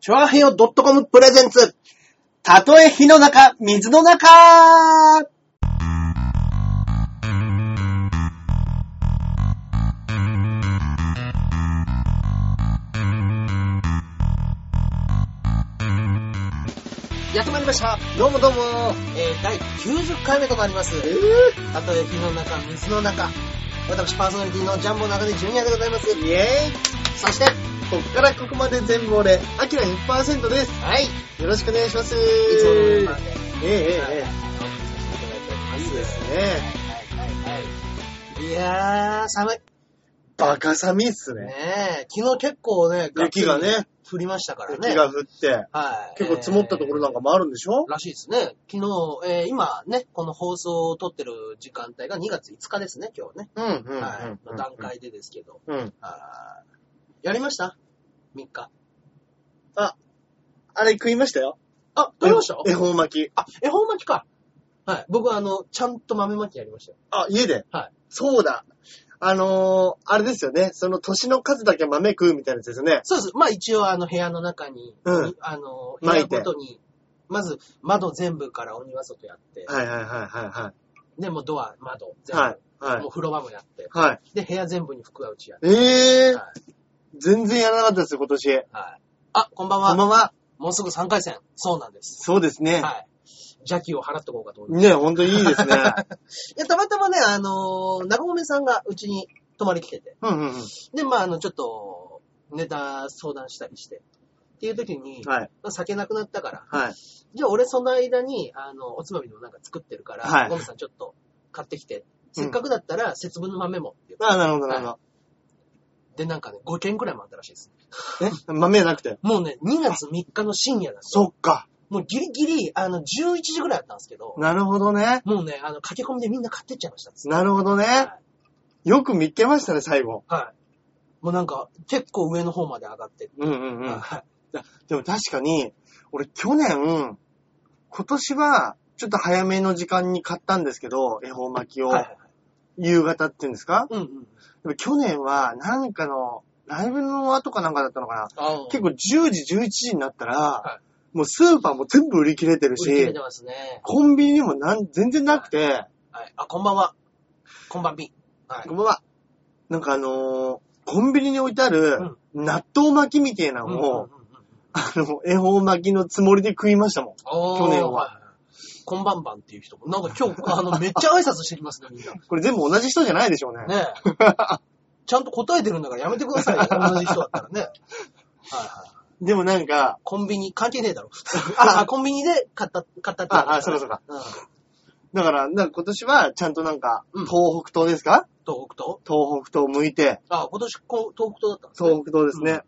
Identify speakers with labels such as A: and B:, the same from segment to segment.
A: チョアヘヨ .com プレゼンツ。たとえ火の中、水の中
B: やってまいりました。
A: どうもどうも。
B: えー、第90回目となります。たとえ火の中、水の中。私、パーソナリティのジャンボ中根ジュニアでございます。
A: イェーイ
B: そして、
A: こっからここまで全部俺、アキラ100%です。
B: はい。い
A: よろしくお願いします。い
B: つものメンバーで。
A: えええええ
B: は
A: え。
B: い
A: いいです
B: は
A: ね。
B: いはいはい。いやー、寒い。
A: バカ寒いっすね。
B: ねえ、昨日結構ね、
A: 雪がね、
B: 降りましたからね。
A: 雪が降って、
B: はい。
A: 結構積もったところなんかもあるんでしょ
B: らしいですね。昨日、えー今ね、この放送を撮ってる時間帯が2月5日ですね、今日ね。
A: うんうんうん
B: はい。の段。階でですけど。
A: うん。
B: あーやりました ?3 日。
A: あれ食いましたよ。
B: あ、撮りました
A: 恵方巻き。
B: あ、恵方巻きか。はい。僕はあの、ちゃんと豆巻きやりましたよ。
A: あ、家で
B: はい。
A: そうだ。あのー、あれですよね。その年の数だけ豆食うみたいなやつですよね。
B: そうです。まあ一応あの部屋の中に、
A: うん
B: あの、部
A: 巻
B: 屋
A: いて
B: ごとに、まず窓全部からお庭外やって、
A: はいはいはいはいはい。
B: で、もうドア、窓全部、
A: はい。は
B: も
A: い。
B: う風呂場もやって、
A: はい。
B: で、部屋全部に服は打ちやって、
A: ええー
B: は、
A: 全然やらなかったですよ、今年。
B: はい。あ、こんばん
A: こ
B: は。
A: んばんは。
B: もうすぐ3回戦。そうなんです。
A: そうですね。
B: はい。邪気を払っとこうかと思いま
A: ね、ほんといいです ね。
B: す。いや、たまたまね、あのー、長米さんがうちに泊まり来てて、
A: うんうんうん。
B: で、まああの、ちょっと、ネタ相談したりして、っていう時に、
A: はい。
B: まあ酒なくなったから、
A: はい。
B: じゃあ俺その間に、あの、おつまみでもなんか作ってるから、
A: はい
B: ゴムさんちょっと買ってきて、せっかくだったら節分の豆もっていう
A: あ、なるほど、なるほ
B: で、なんかね、5件くらいもあったらしいです。
A: ど。え豆じゃなくて。
B: もうね、2月3日の深夜だ
A: そっか。
B: もうギリギリ、あの、11時くらいだったんですけど、
A: なるほどね。
B: もうね、あの、駆け込みでみんな買ってっちゃいましたっつって
A: なるほどね。よく見つけましたね、最後。
B: はい。もうなんか、結構上の方まで上がって、
A: うんうんうん。
B: はい
A: でも確かに、俺去年、今年は、ちょっと早めの時間に買ったんですけど、恵方巻きを、
B: はいはい。
A: 夕方っていうんですか
B: うんうん。
A: でも去年は、なんかの、ライブの後かなんかだったのかな
B: あの
A: 結構10時、11時になったら、
B: は
A: もうスーパーも全部売り切れてる
B: 売り切れ、
A: して
B: ますね。
A: コンビニにもなん全然なくて、
B: はい。あ、こんばんは。こんばんび。はい
A: こ。んばんは。なんかあのーコンビニに置いてある、納豆巻きみたいなのを、
B: うんうんうんうん
A: あの、恵方巻きのつもりで食いましたもん。去
B: 去
A: 年は。
B: こんばんばんっていう人も、なんか今日、あの、めっちゃ挨拶してきますね、みんな。
A: これ全部同じ人じゃないでしょうね。
B: ね え。ちゃんと答えてるんだからやめてくださいよ、同じ人だったらね。はいはい。
A: でもなんか、
B: コンビニ、関係ねえだろ。あ、 コンビニで買った、買ったってことだ
A: ああそうかそうか。
B: うん。
A: だから、なんか今年はちゃんとなんか、
B: うん
A: 東北東ですか
B: 東北と
A: 東北東向いて、
B: あ、今年こう東北とだったんですね
A: 東北東ですね。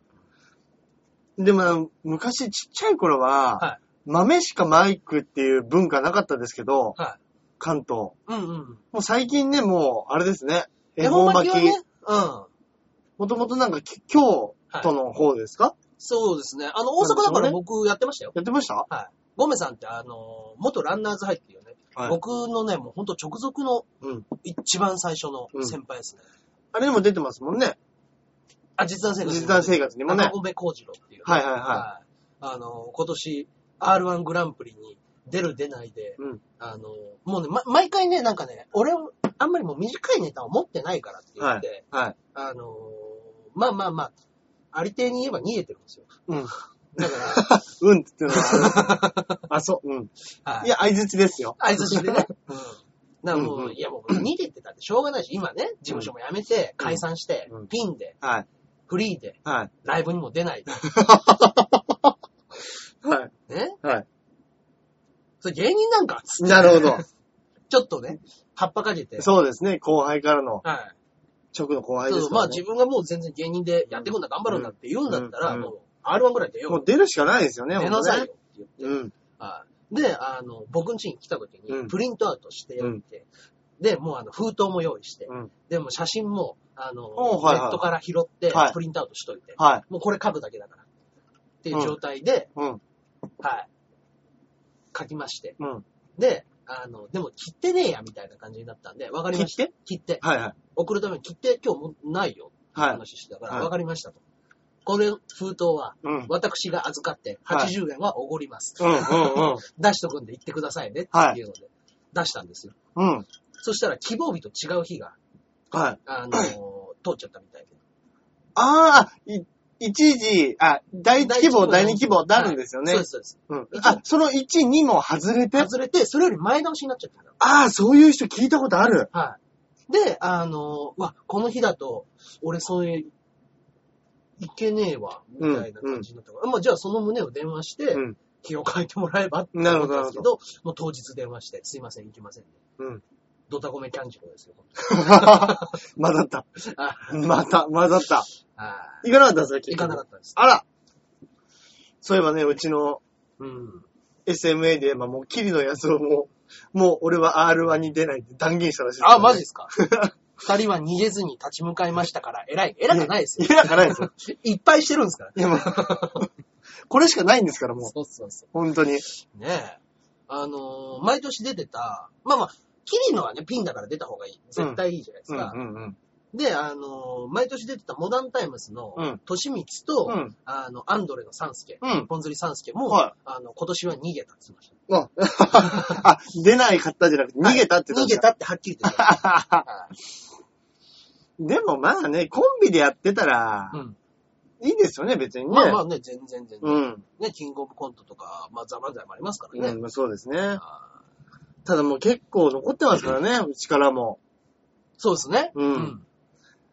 A: でも、昔ちっちゃい頃は、
B: はい
A: 豆しかマイクっていう文化なかったですけど、
B: は
A: 関東。
B: い。うんうん。
A: もう最近ね、もう、あれですね。
B: 恵方巻きはね
A: 恵方、
B: うん。
A: もともとなんかき、京都の方ですか、
B: そうですね。あの、大阪だから僕やってましたよ。
A: やってました
B: ゴメさんってあの、元ランナーズハイっていうね、
A: はい。
B: 僕のね、もうほんと直属の
A: うん。
B: 一番最初の先輩ですね。
A: あれにも出てますもんね。
B: あ、実弾生活。
A: 実弾生活にもね
B: 中込幸次郎っていう。
A: はいはいはい
B: あの、今年 R1 グランプリに出る出ないで、
A: うん
B: あの、もうね、ま毎回ね、なんかね、俺、あんまりもう短いネタを持ってないからって言って、
A: はい。
B: あの、まあまあまあ、ありていに言えば逃げてるんですよ。
A: うん。
B: だか
A: うんって言ってのは あれあ、そう。うん。
B: ら、はい
A: いや、相槌ですよ。
B: 相づちでね。うん。だからもう、
A: うんうん
B: いやもう逃げてたってしょうがないし、今ね、事務所も辞めて、解散して、
A: うん
B: ピンで、
A: はい。
B: フリーで、
A: はい。
B: ライブにも出ないで。
A: はい。
B: ね
A: はい。
B: それ芸人なんかっつって
A: なるほ ど。
B: ちょっとね、葉っぱかけて。
A: そうですね。後輩からの、
B: はい。
A: 直の後輩
B: そ
A: で
B: う
A: すか
B: ま
A: ら、
B: あ
A: ね。
B: 自分がもう全然芸人でやってくんだ、頑張るんだって言うんだったら、
A: うん
B: もう R1 ぐらい出よ
A: もう
B: う。
A: 出るしかないですよね、
B: 出
A: ほん
B: な
A: と
B: さいよっ
A: ね
B: て言って。
A: うん。
B: はいで、あの、僕ん家に来た時
A: う
B: に、
A: ん
B: プリントアウトしてやって、で、もうあの、封筒も用意して
A: うん、
B: で、もう写真も、あの、
A: おうはいはい
B: ネットから拾って
A: はい、
B: プリントアウトしといて、
A: はい。
B: もうこれ書くだけだから。っていう状態で、
A: うん。
B: はい。書きまして。
A: うん。
B: で、あの、でも切ってねえや、みたいな感じになったんで、わかりました。切って
A: はいはい。
B: 送るために切って今日もないよって
A: はい。
B: 話してたから、
A: はい
B: わかりましたと。これ、封筒は、
A: うん。うん、
B: 私が預かって、
A: はい
B: 80円はおごります。
A: うん、
B: 出しとくんで行ってくださいね、っていうので、出したんですよ。
A: うん。 うん。
B: そしたら、希望日と違う日が、
A: はい。
B: あのー通っちゃったみたいで。
A: ああ、い、いちいち、あ、第一希望、第
B: 第
A: 二
B: 一
A: 希
B: 希
A: 望
B: 望
A: ってあるんですよね。
B: そうです、そうです。
A: うん。あ、その1、2も外れて。あ
B: 外れて、それより前倒しになっちゃったの。
A: あー、そういう人聞いたことある。
B: はい。で、あのーうわ、この日だと、俺そういう、いけねえわ、みたいな感じになったから、まあじゃあその胸を電話して、
A: うん
B: 気を変えてもらえばって
A: なるほど
B: 思ったんですけど、もう当日電話して、すいません、行きませんね。
A: うん。
B: ドタコメキャンジコですよ。
A: 混ざった。
B: あ
A: また、混ざった。
B: あ
A: いかなかったんですか
B: ー、行かなか
A: っ
B: ったです。
A: た。あらそういえばね、うちの
B: うん。
A: SMA で、まあ、もう、キリのやつをもう、もう俺は R1 に出ないって断言したらしい、
B: あ、マジですか二人は逃げずに立ち向かいましたから、偉い。偉くないですよ。
A: いや、かないですよ。
B: いっぱいしてるんですから。
A: いや、もう、これしかないんですから、もう。
B: そうそうそ
A: 本当に。
B: う。ねえ。あのー毎年出てた、まあまあ、キリノはね、ピンだから出た方がいい。絶対いいじゃないです
A: うん、う
B: か。
A: ん、うん。
B: で、あのー毎年出てたモダンタイムスの、
A: うん
B: としみつと、
A: うん
B: あの、アンドレのサンスケ、
A: うん
B: ポンズリサンスケも、
A: はい
B: あの、今年は逃げたって言ってました。
A: あ、あ出ないかったじゃなくて、逃げたって言
B: 逃
A: って
B: げ
A: ました
B: ってはっきりと言って ました。はい
A: でもまあね、コンビでやってたら
B: う、ん
A: いいですよね、別にね。
B: まあまあね、全然全然。
A: うん。
B: ね、キングオブコントとか、まあ、ザ・漫才もありますからね。
A: うん、そうですね。
B: あー
A: ただもう結構残ってますからね、うちからも。
B: そうですね。
A: うん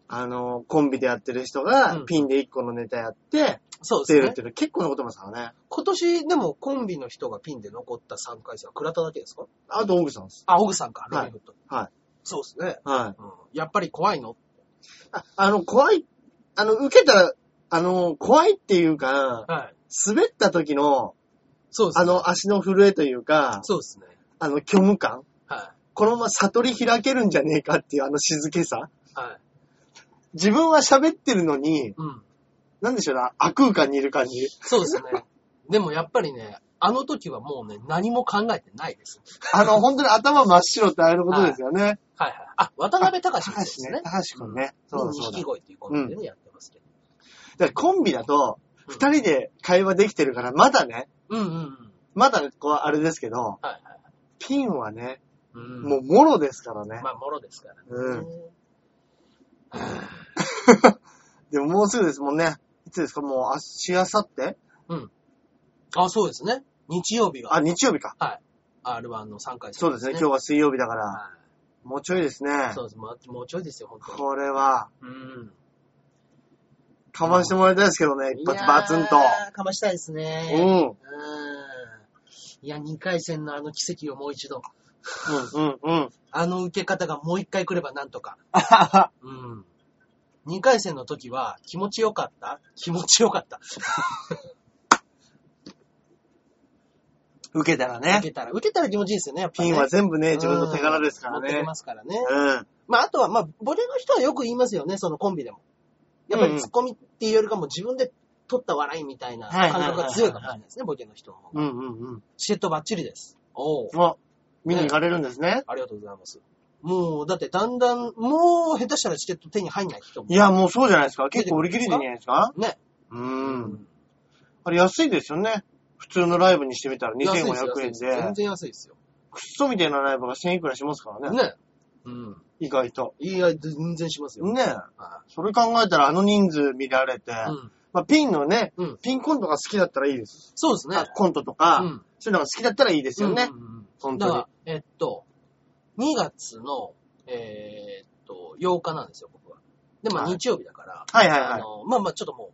A: あの、コンビでやってる人が
B: う、ん
A: ピンで1個のネタやって、
B: そうで
A: 出
B: す
A: るっ
B: ね
A: て。いうの結構残ってますからね。
B: 今年、でも、コンビの人がピンで残った3回戦は倉田だけですか
A: あと、オグさんです。
B: あ、オグさんか、
A: はい
B: ロビンフット。
A: はい。
B: そうですね。
A: はい。
B: うん。やっぱり怖いの
A: ああの、怖い、あの、受けたら、あの、怖いっていうか、
B: はい。
A: 滑った時の、
B: そうですね。
A: あ、の、足の震えというか、
B: そうですね。
A: あの、虚無感。
B: は
A: このまま悟り開けるんじゃねえかっていうあの静けさ。
B: い。はい。
A: 自分は喋ってるのに、
B: うん。
A: なんでしょうな、悪空間にいる感じ。
B: そうですね。 でもやっぱりね、あの時はもうね、何も考えてないです。
A: あの、本当に頭真っ白ってあれのことですよね。
B: はいはい。あ、渡辺隆
A: 高
B: で
A: 橋
B: す
A: ね
B: ね。。
A: 高橋くんね。そうだそうだ。だ
B: 錦
A: か
B: 鯉っていうコンビでね、やってますけど。
A: らコンビだと、
B: うん
A: 二人で会話できてるから、まだね、
B: うんうんうん。
A: まだね、こう、あれですけど、
B: はいはい。
A: ピンはね、
B: うん
A: もう、もろですからね。
B: まあ、もろですからね。
A: うん
B: ん。
A: でももうすぐですもんね。いつですかもう、あ、しあさって
B: あ、そうですね。日曜日
A: あ、
B: が
A: 日曜日か。
B: R1 の3回戦、
A: そうですね。今日は水曜日だから、
B: は
A: もうちょいですね。
B: い。そうです。もうもうちょいですよ、本当に。
A: これは、
B: うん。
A: かましてもらいたいですけどね、一発バツンと
B: い。やーかましたいですね。
A: うん。うん、
B: うん。いや、2回戦のあの奇跡をもう一度。
A: うん、うん。
B: あの受け方がもう一回来ればなん とか。うん。2回戦の時は気持ちよかった気持ちよかった。
A: 受けたら
B: 受
A: ね。
B: けたら、受けたら気持ちいいですよね、やっぱ、
A: ピ
B: ね。
A: ンは全部ね、自分の手柄ですから
B: 持って
A: ね
B: き。ますからね。
A: うん。
B: まあ、あとは、まあ、ボレの人はよく言いますよね、そのコンビでも。やっぱりツッコミっていうよりかも自分で取った笑いみたいな
A: はい
B: 感覚が強いかもしれないですね、ボケの人の方が。
A: うんうんうん。
B: シェットバッチリです。おお、
A: あ、見に行かれるんですね。
B: ありがとうございます。もう、だってだんだん、もう下手したらチケット手に入んない人も。
A: いや、もうそうじゃないですか。結構売り切れてんじゃないですか
B: ね。
A: う。。
B: うん
A: あれ安いですよね。普通のライブにしてみたら
B: 安いです
A: 2500円
B: 安いす全
A: で、
B: 然安いですよ。
A: クッソみたいなライブが1000いくらしますからね。
B: ね。うん。
A: 意外と。
B: いや、全然しますよ。
A: ね
B: は
A: それ考えたらあの人数見られて、
B: い。うん。
A: まあピンのね
B: うん、
A: ピンコントが好きだったらいいです。
B: そうですね。
A: あコントとか
B: う、ん。
A: そういうのが好きだったらいいですよね
B: う。んうんうん
A: 本
B: だ
A: 当に
B: か。ら、えっと、2月の、えーっと、8日なんですよ、僕は。で、まあ
A: はい
B: 日曜日だから、
A: はいはい
B: あ
A: はい。
B: の、まあまあちょっとも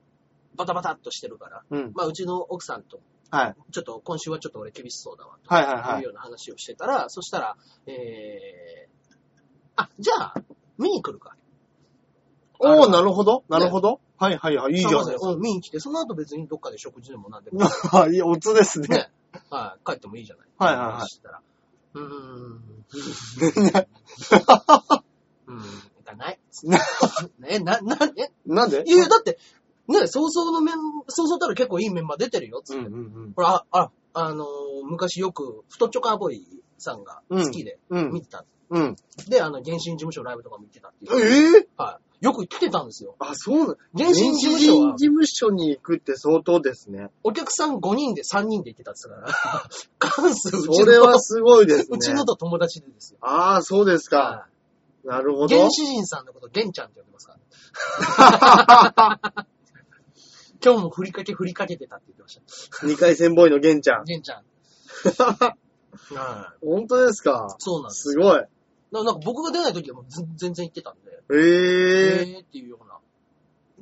B: う、バタバタっとしてるから、
A: うん。
B: まあうちの奥さんと、
A: はい。
B: ちょっと今週はちょっと俺厳しそうだわ、
A: はいはい
B: と。
A: はいいう
B: ような話をしてたら、そしたら、えー、あ、じゃあ、見に来るか。
A: おー、なるほど。なるほど。はいはいはい。いいじゃないですか。
B: うん、見に来て、その後別にどっかで食事でもなんでも、
A: あいや、おつですね。
B: ね、はい、帰ってもいいじゃない。
A: はいはいはい
B: 話してたら、う ーん、うん、行かない。 え、な、な、え、
A: なんで
B: いやいや、だって、ね、そうそうのメン、そうそうたら結構いいメンバー出てるよ、つって。
A: うん
B: ほら、あ、あ、あのー昔よく、太っちょカーボーイさんが好きで
A: うん。うん
B: 見。てた
A: うん。
B: で、あの、原神事務所ライブとかも行ってたって
A: え
B: いう。
A: ぇ、
B: はい。よく来てたんですよ。
A: あ、そうな
B: 原神事務所は
A: 事務所に行くって相当ですね。
B: お客さん5人で3人で行ってたんで すから。関数うち
A: それ
B: の
A: はすごいですね。
B: うちのと友達でですよ。
A: ああ、そうですか。
B: はい
A: なるほど。
B: 原始人さんのこと、原ちゃんって呼んでますから。 今日もふりかけふりかけてたって言ってました。
A: 二回戦ボーイのゲンちゃん。
B: 原ちゃん。はい。
A: 本当ですか
B: そうなんです
A: す
B: よ。
A: ごい。へ
B: ななんか僕が出ない時はもうず全然行ってたんで。
A: え。
B: えーっていうような。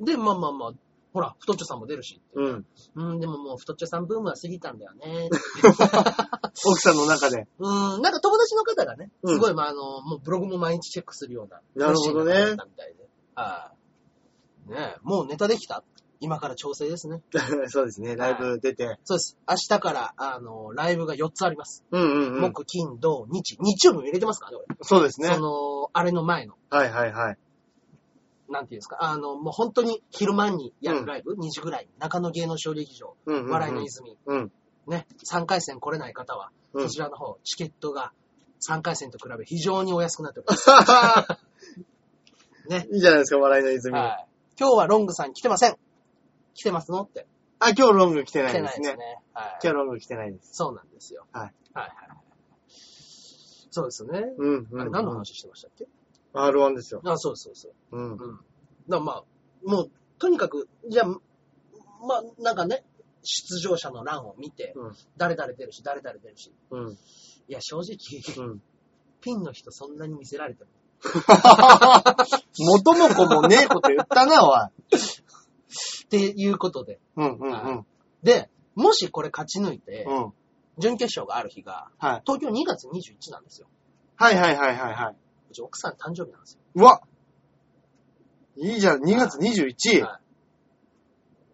B: で、まあまあまあ、ほら、太っちょさんも出るし。
A: うん。
B: うん、でももう太っちょさんブームは過ぎたんだ よね。
A: 奥さんの中で。
B: うん、なんか友達の方がね、
A: うん
B: すごい、まああの、もうブログも毎日チェックするような。
A: なるほどね
B: 熱心な方だったみたいで。はい。ねえもうネタできた今から調整ですね。
A: そうですね、ライブ出て。
B: そうです。明日から、あの、ライブが4つあります。
A: うんうんうん。
B: 木、金、土、日。日曜日も入れてますからね、俺。
A: そうですね。
B: その、あれの前の、
A: はいはいはい。
B: なんていうんですか、あの、もう本当に昼間にやるライブ、2時ぐらい、中野芸能小劇場、
A: うんうんうん
B: 笑いの泉、
A: うん。
B: ね、3回戦来れない方は、
A: うん
B: そちらの方、チケットが3回戦と比べ非常にお安くなっております。ね。
A: いいじゃ ないですか、笑いの泉。あ、
B: はい。今日はロングさん来てません。来てますのって。
A: 今日ロング来てない
B: 来て
A: で
B: ない
A: す
B: です
A: ね
B: ね。。はい。
A: 今日ロング来てないです。
B: そうなんですよ。
A: はい。
B: はいはいはい。そうですね。
A: うんうん。
B: あれ何の話してましたっけ
A: ?R1 ですよ。
B: あ、そうですそうです。
A: うん。
B: うん。だからまあ、もう、とにかく、じゃあ、まあ、なんかね、出場者の欄を見て、
A: うん
B: 誰々出るし、誰々出るし。
A: うん。
B: いや、正
A: う
B: 直、
A: ん。
B: ピンの人そんなに見せられても。
A: 元も子もねえこと言ったな、おい。
B: っていうことで。
A: うんうんうん。
B: で、もしこれ勝ち抜いて、
A: うん。
B: 準決勝がある日が、
A: はい
B: 東京2月21日なんですよ。
A: はいはいはいはいはい。
B: うち奥さん誕生日なんですよ。
A: うわいいじゃん、2月21。
B: は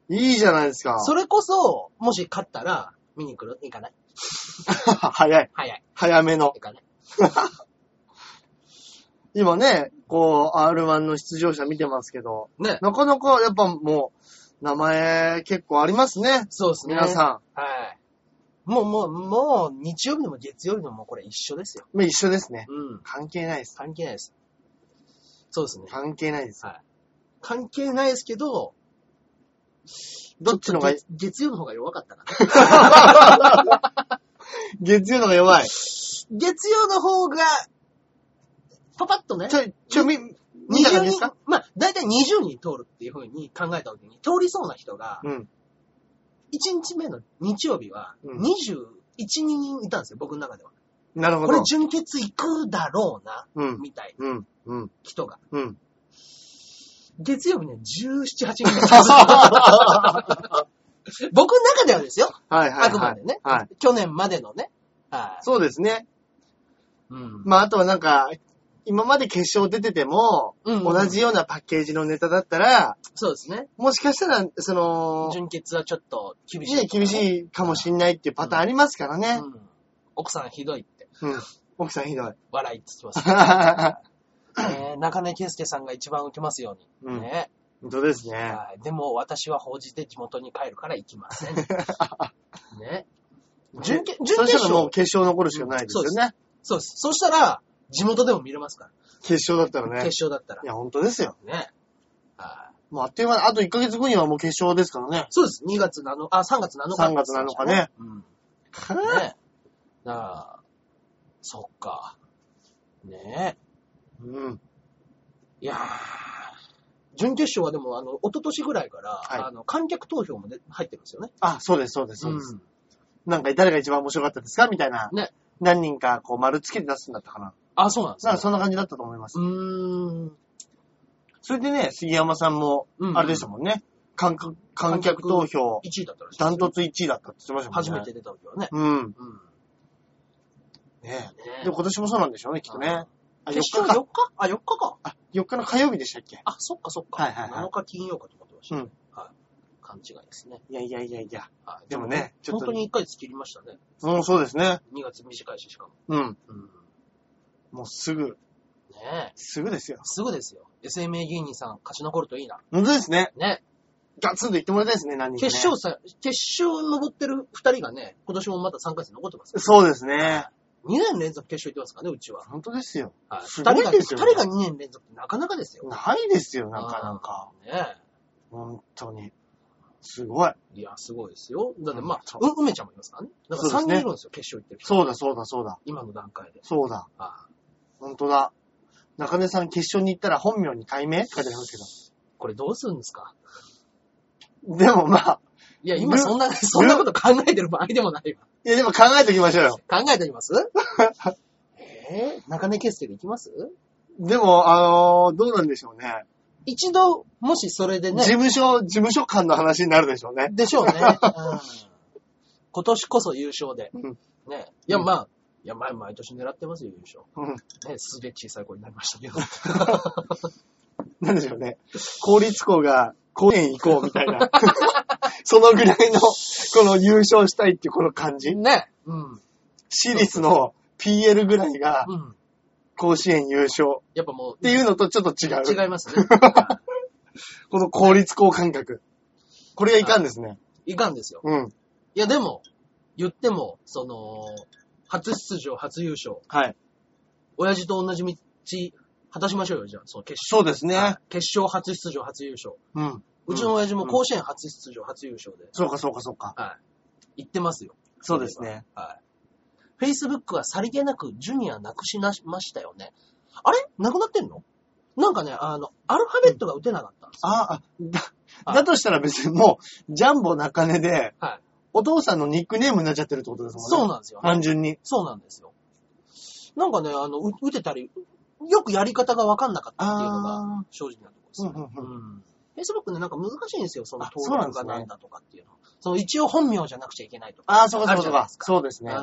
B: い
A: いいじゃないですか。
B: それこそ、もし勝ったら、見に来る行かない
A: 早い。
B: 早い。
A: 早めの。
B: 行かない。
A: 今ね、こう、R1 の出場者見てますけど、
B: ね。
A: なかなかやっぱもう、名前結構ありますね。
B: そうですね。
A: 皆
B: ん。
A: さ
B: はい。もう、もう、もう、日曜日でも月曜日でももうこれ一緒ですよ。
A: ん。まあ一緒ですね。
B: うん。
A: 関係ないです。
B: 関係ないです。そうですね。
A: 関係ないです。
B: 関係ないですけど、
A: どっちの方がいい
B: 月月曜の方が弱かったかな。
A: 月曜のが弱い。
B: 月曜の方が、パパッとね
A: ち。ょ、ちょ、み、見た感じ
B: 20
A: です
B: 人
A: か、
B: まあ、だいたい20人通るっていう風に考えた時に、通りそうな人が、
A: うん。
B: 1日目の日曜日は、
A: うん
B: 21、人いたんですよ、僕の中では。
A: なるほ
B: こ
A: ど
B: れ。純潔行くだろうな、
A: うん。
B: みたいな
A: うん。うん。
B: 人が。
A: うん。
B: 月曜日ね、17、8人いたんですよ僕の中ではですよ、
A: はいはい、はい。
B: あくまでね
A: はい。
B: 去年までのね。はい
A: そうですね。
B: うん
A: まあ、あとはなんか、今まで決勝出てても、
B: うん
A: 同じようなパッケージのネタだったら、
B: そうですね。
A: もしかしたら、その、
B: 純潔はちょっと厳しい、
A: ね、厳しいかもしんないっていうパターンありますからね
B: う。ん奥さんひどいって、
A: うん。奥さんひどい。
B: 笑いって言ってます。
A: 本
B: ねえ中根圭介さんが一番受けますように。
A: うん
B: ね
A: 当です
B: え
A: ね。
B: はいでも私は報じて地元に帰るから行き ません。ね準決準
A: そ
B: 決
A: したらもう
B: 勝。
A: 決勝残るしかないですよね。
B: そうです。そうしたら、地元でも見れますか
A: 決勝だった
B: ら。
A: らね。
B: 決勝だったら
A: い。や、本当ですよ。
B: ねはい
A: もうあっという間に、あと1ヶ月後にはもう決勝ですからね。
B: そうです。2月7日、あ、3月7日。
A: 3月7日ね。
B: うん。
A: か
B: ね。なあ、そっか。ねえ。
A: うん。
B: いやー準決勝はでも、あの、一昨年ぐらいから、
A: はい
B: あの、観客投票も、ね、入ってるんですよね。
A: あ、そうです、そうです、そうです。
B: ん
A: なんか誰が一番面白かったですかみたいな。
B: ね
A: 何人かこう丸つけて出すんだったかな。
B: あ、そうなんです
A: なん
B: ね
A: かそんな感じだったと思います。
B: うーん。
A: それでね、杉山さんも
B: う、ん
A: あれでしたもんね。観客観客投票、
B: 1位だったらしいで
A: ダ
B: すね。
A: ントツ1位だったって言ってました
B: 初
A: もんね。
B: めて。出た時はね。
A: うん。
B: うん。
A: ね
B: ね
A: で、今年もそうなんでしょうね、きっとね。あ、4
B: 決
A: 日
B: 勝
A: か。
B: 4日あ、4日か。
A: あ、4日の火曜日でしたっけ
B: あ、そっかそっか。
A: はいはいはい
B: 7日金曜かと思ってました、ね
A: うん
B: はい。勘違いですね。
A: いやいやいやいや。
B: はい
A: でもねちょっと
B: 本当に1ヶ月切りましたね。
A: うん、そうですね。
B: 2月短いし、しかも。
A: うん。
B: うん。
A: もうすぐ、
B: ねえ。
A: すぐですよ。
B: すぐですよ。SMA 芸人さん勝ち残るといいな。
A: 本当ですね。
B: ね。
A: ガツンと言ってもらいたいですね、何人か、ね。
B: 決勝さ、決勝登ってる二人がね、今年もまた3回戦残ってますよ。
A: そうですね。
B: 2年連続決勝行ってますからね、うちは。
A: 本当ですよ。
B: はい。
A: すごいですよね
B: 2人が2年連続ってなかなかですよ。
A: ないですよ、なかなか。
B: ねえ。
A: 本当に。すごい。
B: いや、すごいですよ。だってまあ
A: そ、
B: う梅ちゃんもいますからね。だから
A: そう
B: 3
A: です
B: 人
A: ね
B: いるんですよ、決勝行ってる人。
A: そうだ、そうだ、そうだ。
B: 今の段階で。
A: そうだ。
B: ああ
A: 本当だ。中根さん決勝に行ったら本名に改名って書いてあります
B: これどうするんですか
A: けど。でもまあ、
B: いや、今そんな、そんなこと考えてる場合でもないわ。
A: いやでも考えておきましょうよ。
B: 考えてみます えー、中根決戦で行きます
A: でも、あのーどうなんでしょうね。
B: 一度、もしそれでね
A: 事、務所、事務所間の話になるでしょうね。
B: でしょうね。うん今年こそ優勝で。
A: うん
B: ね。いや、
A: うん
B: まあ、いや、前、毎年狙ってますよ、優勝。
A: うん。
B: ね、すげえ小さい子になりました けど。
A: なんでしょうね。公立校が、公園行こうみたい な。そのぐらいの、この優勝したいっていうこの感じ。
B: ね。うん。
A: 私立の PL ぐらいが
B: うん。
A: 甲子園優勝
B: やっぱもう
A: っ、ていうのとちょっと違う。
B: 違いま すね。
A: この公立校感覚。これがいかんですね。
B: いかんですよ。
A: うん。
B: いや、でも、言っても、その、初出場、初優勝、
A: はい。
B: 親父と同じ道、果たしましょうよ、じゃあ、その決
A: そうですね。
B: 勝。決勝、初出場、初優勝。
A: うん。
B: うちの親父も
A: うん
B: 甲子園初出場、初優勝で、
A: そうかそうかそうか。
B: 行ってますよ。
A: そうですね。
B: はい。Facebook はさりげなくジュニアなくしなしましたよね。あれなくなってんのなんかね、あの、アルファベットが打てなかったんですよ。
A: ああ、だ、
B: はい
A: だとしたら別にもう、ジャンボ中根で、
B: はい
A: お父さんのニックネームになっちゃってるってことですもんね。
B: そうなんですよ、
A: 単純に。
B: そうなんですよ。なんかね、あの、う打てたり、よくやり方がわかんなかったっていうのが
A: あ
B: 正直なところです
A: ー。う
B: ね
A: ん。うんうん。
B: うん。Facebook ね、なんか難しいんですよ、その
A: あそう
B: 登
A: なん
B: 録
A: で
B: が
A: すね
B: なんだとかっていうの。その一応本名じゃなくちゃいけないとか。
A: ああ、そうか
B: ある
A: そうかそ
B: じ
A: う
B: ゃないで
A: か
B: す。か
A: そうですね。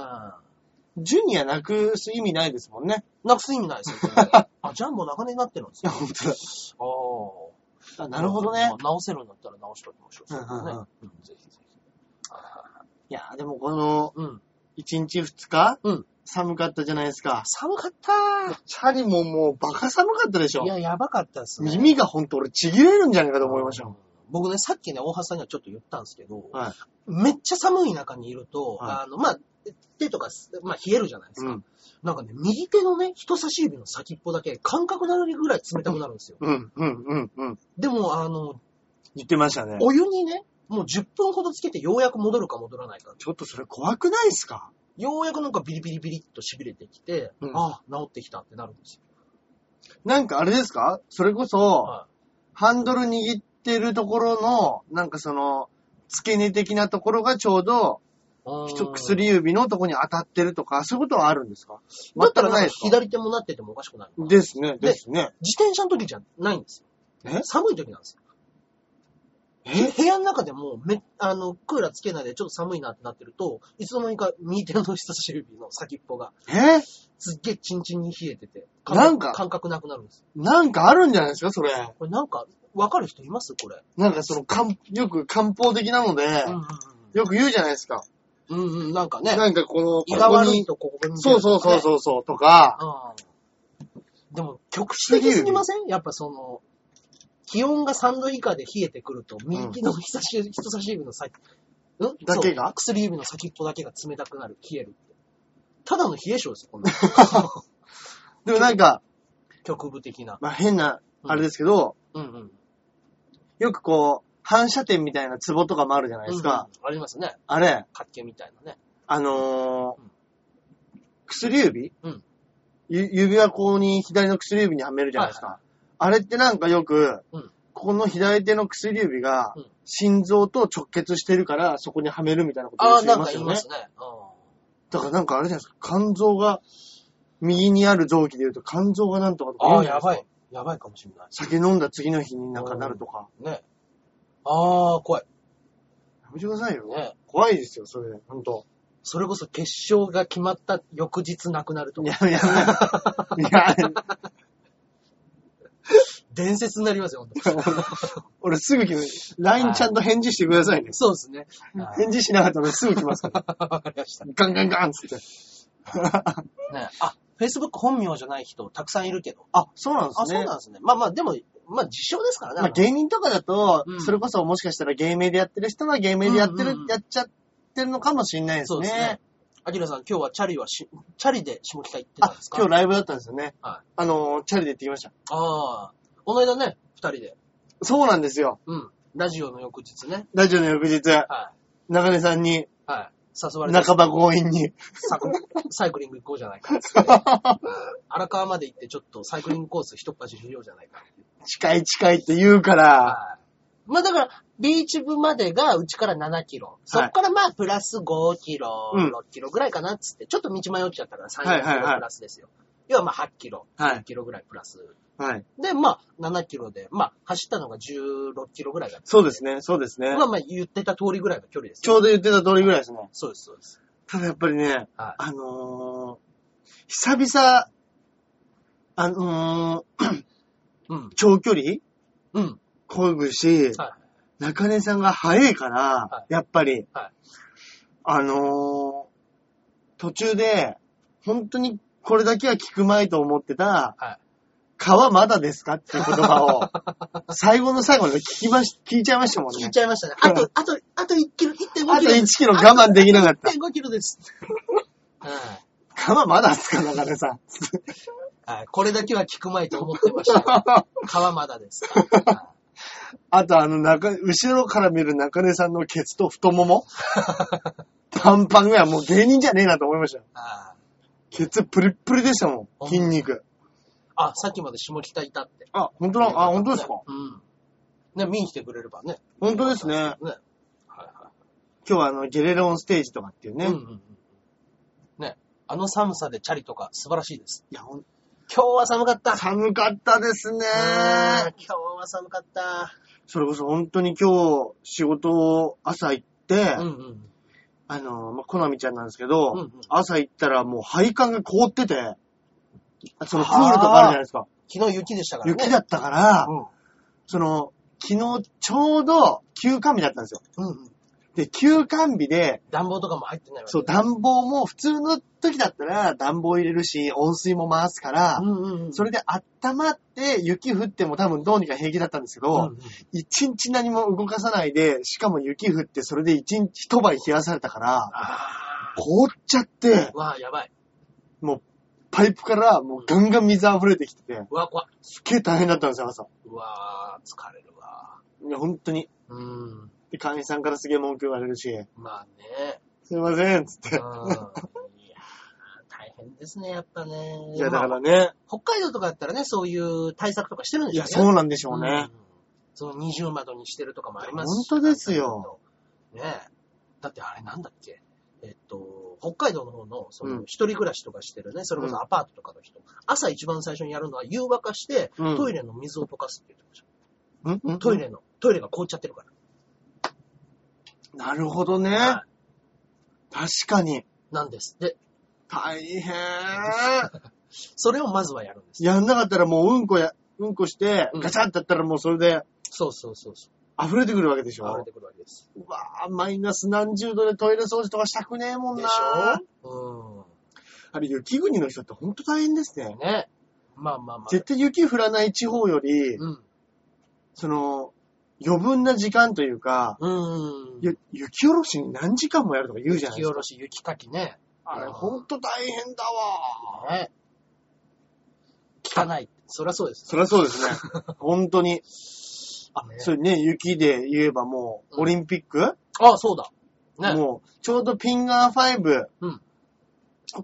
A: ジュニアなくす意味ないですもんね。
B: うん。なくす意味ないですよ、こ れあ、ジャンボ中根になってるんです
A: いや、
B: よ。
A: 本当だ。
B: ああ。
A: あなるほどね
B: まあ。直せるんだったら直しときましょう。
A: うんうんうん
B: ねぜひぜひ。
A: いや、でもこの、
B: うん。
A: 1日2日、
B: うん
A: 寒かったじゃないですか。
B: 寒かった
A: チャリももうバカ寒かったでしょ
B: い。や、やばかったですね。
A: 耳がほんと俺ちぎれるんじゃないかと思いました
B: う
A: も
B: ん
A: ん。
B: 僕ね、さっきね、大橋さんにはちょっと言ったんですけど、
A: はい
B: めっちゃ寒い中にいると、
A: は
B: あの、まあ、手とか、まあ、冷えるじゃないですか。
A: うん。
B: なんかね、右手のね、人差し指の先っぽだけ、感覚なのにぐらい冷たくなるんですよ。
A: うん、うん、うん、うん。
B: でも、あの、
A: 言ってましたね。
B: お湯にね、もう10分ほどつけてようやく戻るか戻らないか。
A: ちょっとそれ怖くないですか
B: ようやくなんかビリビリビリっと痺れてきて、
A: うん
B: ああ、治ってきたってなるんですよ。
A: なんかあれですかそれこそ、
B: は
A: ハンドル握ってるところの、なんかその、付け根的なところがちょうど、
B: うん
A: 一薬指のとこに当たってるとか、そういうことはあるんですか
B: だったら
A: 全く
B: な
A: なんい
B: か
A: ですか
B: 左手もなっててもおかしくない。
A: ですね、ですね。
B: 自転車の時じゃないんですよ
A: え。
B: 寒い時なんですよ。
A: え
B: 部屋の中でもめ、あの、クーラーつけないでちょっと寒いなってなってると、いつの間にか右手の人差し指の先っぽが
A: え
B: すっげえチンチンに冷えてて、
A: なんか
B: 感覚なくなるんです。
A: なんかあるんじゃないですかそれ。
B: これなんか、わかる人いますこれ。
A: なんかその、漢よく漢方的なので、よく言うじゃないですか。
B: うんうんうん。うんうん、なんかね、
A: なんかこの、
B: 胃が
A: ここ
B: 悪い
A: に、
B: とここに、
A: そうそうそう
B: う。
A: そうそう、とか、
B: うん。でも、局地的すぎませんやっぱその、気温が3度以下で冷えてくると、右の人差し指人差し指の先、うん
A: だけが
B: そう薬指の先っぽだけが冷たくなる、冷えるって。ただの冷え性ですよ、こん なの。
A: でもなんか、
B: 局部的な。
A: まあ変な、あれですけど、
B: うんうん。
A: よくこう、反射点みたいなツボとかもあるじゃないですか。
B: うんうんありますね。
A: あれ、
B: 活気みたいなね。
A: あのー
B: うん
A: 薬指、
B: うん
A: ゆ指輪ここに左の薬指にはめるじゃないですか。
B: は
A: あれってなんかよく、
B: うん
A: この左手の薬指が
B: うん
A: 心臓と直結してるからそこにはめるみたいなこと
B: あ
A: よ
B: あ、
A: く
B: な
A: 言い
B: ん
A: ま
B: か
A: す
B: 言い
A: よね。
B: ますね。
A: だからなんかあれじゃないですか、肝臓が、右にある臓器で言うと肝臓がなんとかとか
B: うん、あ
A: 言うじゃ
B: あ、
A: ない
B: や
A: ですか
B: ばい。やばいかもしれない。
A: 酒飲んだ次の日になんかなるとか。
B: ね。ああ、怖い。
A: やめてくださいよ。
B: ね。
A: 怖いですよ、それ。ほんと。
B: それこそ決勝が決まった翌日なくなると
A: い
B: か
A: や、。いや、いや、
B: 伝説になりますよ、本当に
A: 俺すぐ来ます。LINE ちゃんと返事してくださいね。
B: そうですね。
A: 返事しなかったら俺すぐ来ますから。
B: わかりました。ね
A: ガンガンガンっつって。
B: あ、Facebook 本名じゃない人たくさんいるけど。あ、
A: そうなん
B: あそうなんですね。まあまあ、でも、まあ自称ですからね。
A: まあ、芸人とかだと、
B: うん
A: それこそもしかしたら芸名でやってる人は芸名でやってる、
B: うんうんうん
A: やっちゃってるのかもしれないですね。
B: そうですね。アキラさん、今日はチャリはし、チャリで下北行ってたん
A: あ
B: です、か
A: 今日ライブだったんですよね。
B: は
A: あのー、チャリで行ってきました。
B: ああ。この間ね、二人で。
A: そうなんですよ。
B: うん。ラジオの翌日ね。
A: ラジオの翌日、
B: は
A: 中根さんに、
B: い。はい。誘われて、
A: 半ば強引に。
B: サクサイクリング行こうじ ゃないかっつってね、荒川まで行ってちょっとサイクリングコース一っ端しようじゃないかって言って。
A: 近い近いって言うから、
B: はい。まあだから、ビーチ部までがうちから7キロ。そっからまあプラス5キロ、
A: うん
B: 6キロぐらいかなっつって、ちょっと道迷っちゃったから3、
A: はいはいはい
B: 4キロプラスですよ。要はまあ8キロ、
A: はい
B: 10キロぐらいプラス。
A: はい。
B: で、まあ7キロで、まあ走ったのが16キロぐらいだった。
A: そうですね、そうですね。
B: まあまあ言ってた通りぐらいの距離です
A: ちょ
B: よ。
A: うど言ってた通りぐらいですね。
B: そうです、そうです。
A: ただやっぱりね、
B: はい
A: あのー、久々、あのー、
B: うん。
A: 長距離
B: うん。
A: こぐし、
B: はい。
A: 中根さんが早いから、
B: は
A: やっぱり、
B: はい
A: あのー途中で、本当にこれだけは聞くまいと思ってた、
B: はい
A: 川まだですかっていう言葉 を、最後の最後で聞きまし、聞いちゃいましたもん
B: 聞い
A: ね。
B: ちゃいましたね。あと、あと、あと1キロ、1.5キロ。
A: あと1キロ我慢できなかった。
B: 1.5キロです。 はい。
A: 川まだですか中根さん。
B: はい、これだけは聞くまいと思ってました。 川まだです。は
A: あとあの中、後ろから見る中根さんのケツと太もも。パンパンぐらい、もう芸人じゃねえなと思いましたよ。
B: いは
A: ケツプリップリでしたもん、筋肉。
B: いあ、さっきまで下北いたって。
A: あ、本当なのあ、本当ですか
B: うん。ね、見に来てくれればね。
A: 本当ですね。
B: ね。はいは
A: 今日はあの、ゲレロンステージとかっていう
B: い。
A: ね。
B: うんう
A: い
B: んうん。ね。あの寒さでチャリとか素晴らしいです。
A: や、ほん
B: 今日は寒かった。
A: 寒かったですね。
B: うん今日は寒かった。
A: それこそ本当に今日、仕事を朝行って、
B: うんうん。
A: あの、まあ、コナミちゃんなんですけど、
B: うんうん
A: 朝行ったらもう配管が凍ってて、そのプールとかあるじゃないですか。
B: 昨日雪でしたからね。
A: 雪だったから、
B: うん。
A: その、昨日ちょうど休館日だったんですよ。
B: うんうん。
A: で、休館日で、
B: 暖房とかも入ってないわけ
A: そう、暖房も普通の時だったら暖房入れるし、温水も回すから、
B: うんうんうん。
A: それで温まって雪降っても多分どうにか平気だったんですけ
B: うんう
A: ど、
B: ん
A: 一、日何も動かさないで、しかも雪降ってそれで一日一晩冷やされたから、
B: あ
A: 凍っちゃって
B: ー。、わあ、やばい。
A: パイプからもうガンガン水溢れてきてて、
B: うわ、怖い。
A: すっげえ大変だったんですよ、朝。
B: うわー疲れるわ。
A: いや、本当に。
B: うん。
A: で、会員さんからすげえ文句言われるし、
B: まあ ね。
A: すいません、つっ
B: うん。い
A: て
B: や。ー大変ですね、やっぱね。
A: いや、だか
B: ま
A: ら
B: あ
A: ね、
B: 北海道とかだったらね、そういう対策とかしてるんで
A: い
B: しょ
A: や、
B: うね。
A: そうなんでしょうね。
B: うん。その二重窓にしてるとかもありますし。
A: 本当ですよ。
B: ねえ。だってあれなんだっけえっと、北海道の方の、そうの
A: ん、
B: 一人暮らしとかしてるね、それこそアパートとかの人、朝一番最初にやるのは湯沸かして、
A: うん
B: トイレの水を溶かすって言ってました。
A: うんうん
B: トイレの、トイレが凍っちゃってるから。
A: なるほどね。
B: は
A: 確かに。
B: なんです。で、
A: 大変。
B: それをまずはやるんです。
A: やんなかったらもううんこや、うんこして
B: う、ん
A: ガチャってやったらもうそれで
B: そうそうそうそう。
A: 溢れてくるわけでし
B: 言われ
A: ょ。
B: てくるわけです。
A: うわぁ、マイナス何十度でトイレ掃除とかしたくねえもん
B: で
A: な
B: しょ
A: あれ、雪国の人ってほんと大変です
B: う
A: ね
B: ん。。ね。まあまあまあ。
A: 絶対雪降らない地方より、
B: うん。
A: その、余分な時間というか、
B: うん。
A: ゆ雪下ろしに何時間もやるとか言うじゃないで
B: 雪下
A: すか。
B: ろし、雪かきね。
A: あれ、ほんと大変だわぁ。
B: ね。汚い。そりゃそうです。
A: そりゃそうです ね。本当に。
B: あ、ね、
A: そうね、雪で言えばもう、
B: うん
A: オリンピック、
B: あ、そうだ。ね。
A: もう、ちょうどピンガー5、
B: うん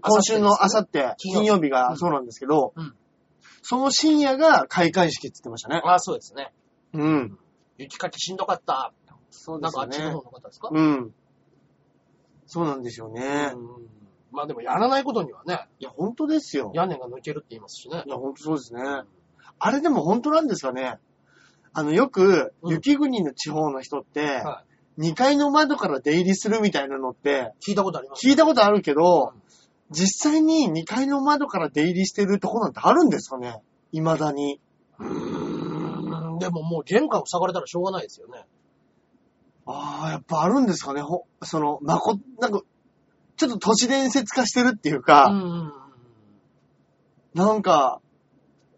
A: 今週のあさって、金
B: 金曜日
A: 曜日
B: う
A: が
B: ん
A: そうなんですけど、
B: うん
A: その深夜が開会式って言ってましたね。
B: あ、そうですね。
A: うん。
B: 雪かきしんどかった。
A: そう
B: なんかあっちの
A: ね
B: 方の。方ですか、
A: うん。そうなんですよね。
B: うん。まあでもやらないことにはね、
A: いや、本当ですよ。
B: 屋根が抜けるって言いますしね
A: い。や、本当そうですね。
B: うん
A: あれでも本当なんですかね。あの、よく、
B: うん
A: 雪国の地方の人って、
B: は
A: 2階の窓から出入りするみたいなのって、
B: 聞いたことあります
A: 聞いたことあるけど
B: うん、
A: 実際に2階の窓から出入りしてるとこなんてあるんですかね未だに。
B: うんでももう玄関塞がれたらしょうがないですよね。
A: ああ、やっぱあるんですかねほその、まこ、なんか、ちょっと都市伝説化してるっていう
B: う
A: か、
B: んうんうん。
A: なんか、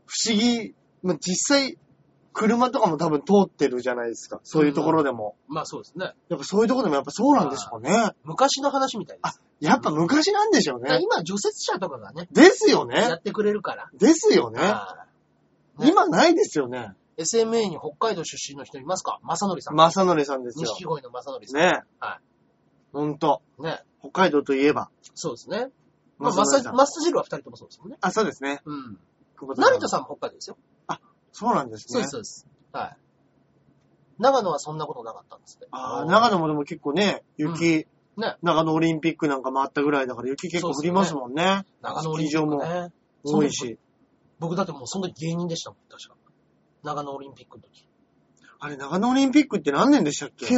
A: 不思議、まあ、実際、車とかも多分通ってるじゃないですか。そういうところでも。
B: まあそうですね。
A: やっぱそういうところでもやっぱそうなんですかね。
B: 昔の話みたいです。
A: やっぱ昔なんでしょうね。
B: 今、除雪車とかがね、
A: ですよ
B: や
A: ね。
B: ってくれるから。
A: ですよね。
B: ああね
A: 今ないですよね。
B: SMA に北海道出身の人いますか正則さん。
A: まさのりさんですよ。
B: 錦鯉の正則さん。ね。
A: ね
B: は
A: ほんと。北海道といえば。
B: そうですね。まあ、マ
A: 正
B: ッ
A: 則
B: サ
A: さん
B: マッサジルは二人ともそうですもんね。
A: あ、そうですね。
B: うん。
A: 久保田
B: 成田さんも北海道ですよ。
A: そうなんですね。
B: そうです、そうです。はい。長野はそんなことなかったんですね。
A: ああ、長野もでも結構ね、雪、
B: うんね
A: 長野オリンピックなんかもあったぐらいだから雪結構降りますもんね。
B: 長野オリンピッ
A: スキー
B: ク
A: 場も
B: ね。
A: 多いし。
B: 僕だってもうその時芸人でしたもん、確か。長野オリンピックの時。
A: あれ、長野オリンピックって何年でしたっけ
B: 98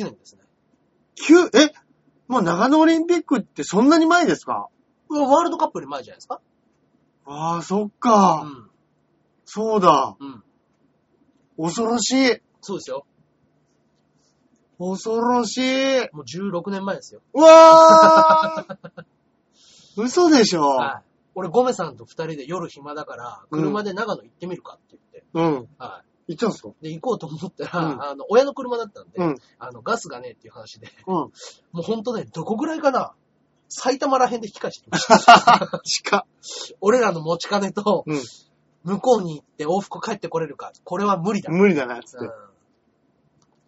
B: 年ですね。
A: ?9、えもう長野オリンピックってそんなに前ですか
B: うわワールドカップより前じゃないですか
A: ああ、そっか、
B: うん。
A: そうだ。
B: うん。
A: 恐ろしい。
B: そうですよ。
A: 恐ろし い。
B: もう16年前ですよ。
A: うわー嘘でしょ、
B: はい。俺、ゴメさんと二人で夜暇だから、車で長野行ってみるかって言って。
A: うん。
B: は
A: 行ったんすか
B: い。で、行こうと思ったら、
A: うん
B: あの、親の車だったんで、
A: うん。
B: あの、ガスがねえっていう話で、
A: うん。
B: もうほんとね、どこぐらいかな埼玉ら辺で引き返してきました。
A: 近っ。
B: 俺らの持ち金と、
A: うん
B: 向こうに行って往復帰ってこれるか。これは無理だ。
A: 無理だな、つって。
B: うん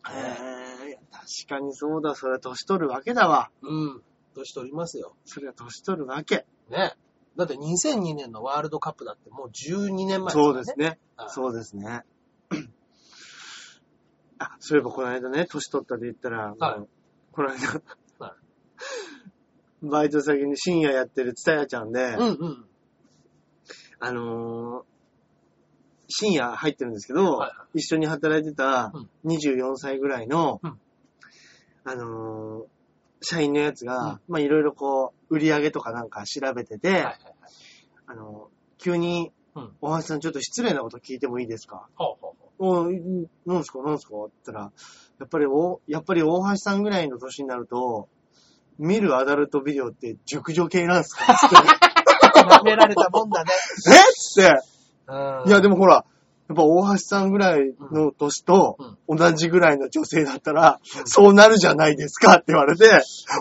A: へーいや確かにそうだ、それは年取るわけだわ。
B: うん。年取りますよ。
A: それは年取るわけ。
B: ね。だって2002年のワールドカップだってもう12年前、
A: そうです。ね。
B: はい
A: そうですね。あ、そういえばこの間ね、年取ったで言ったら、
B: はい
A: あのこの間、
B: は
A: バイト先に深夜やってるツタヤちゃんで、
B: うんうん。
A: あのー深夜入ってるんですけど、
B: はいは
A: 一緒に働いてた
B: うん
A: 24歳ぐらいの、
B: うん
A: あのー社員のやつ
B: う
A: が、まあいろいろこう、売り上げとかなんか調べてて、
B: はいはいはい。
A: あのー急に、
B: うん
A: 大橋さんちょっと失礼なこと聞いてもいいですか
B: ほうほうほ
A: おうんなんすか、なんすかって言ったら、やっぱりお、やっぱり大橋さんぐらいの年になると、見るアダルトビデオって熟女系なんす かつって
B: う。舐められたもんだね。
A: えっつって。
B: うん
A: いや、でもほら、やっぱ大橋さんぐらいの年と同じぐらいの女性だったら、そうなるじゃないですかって言われて、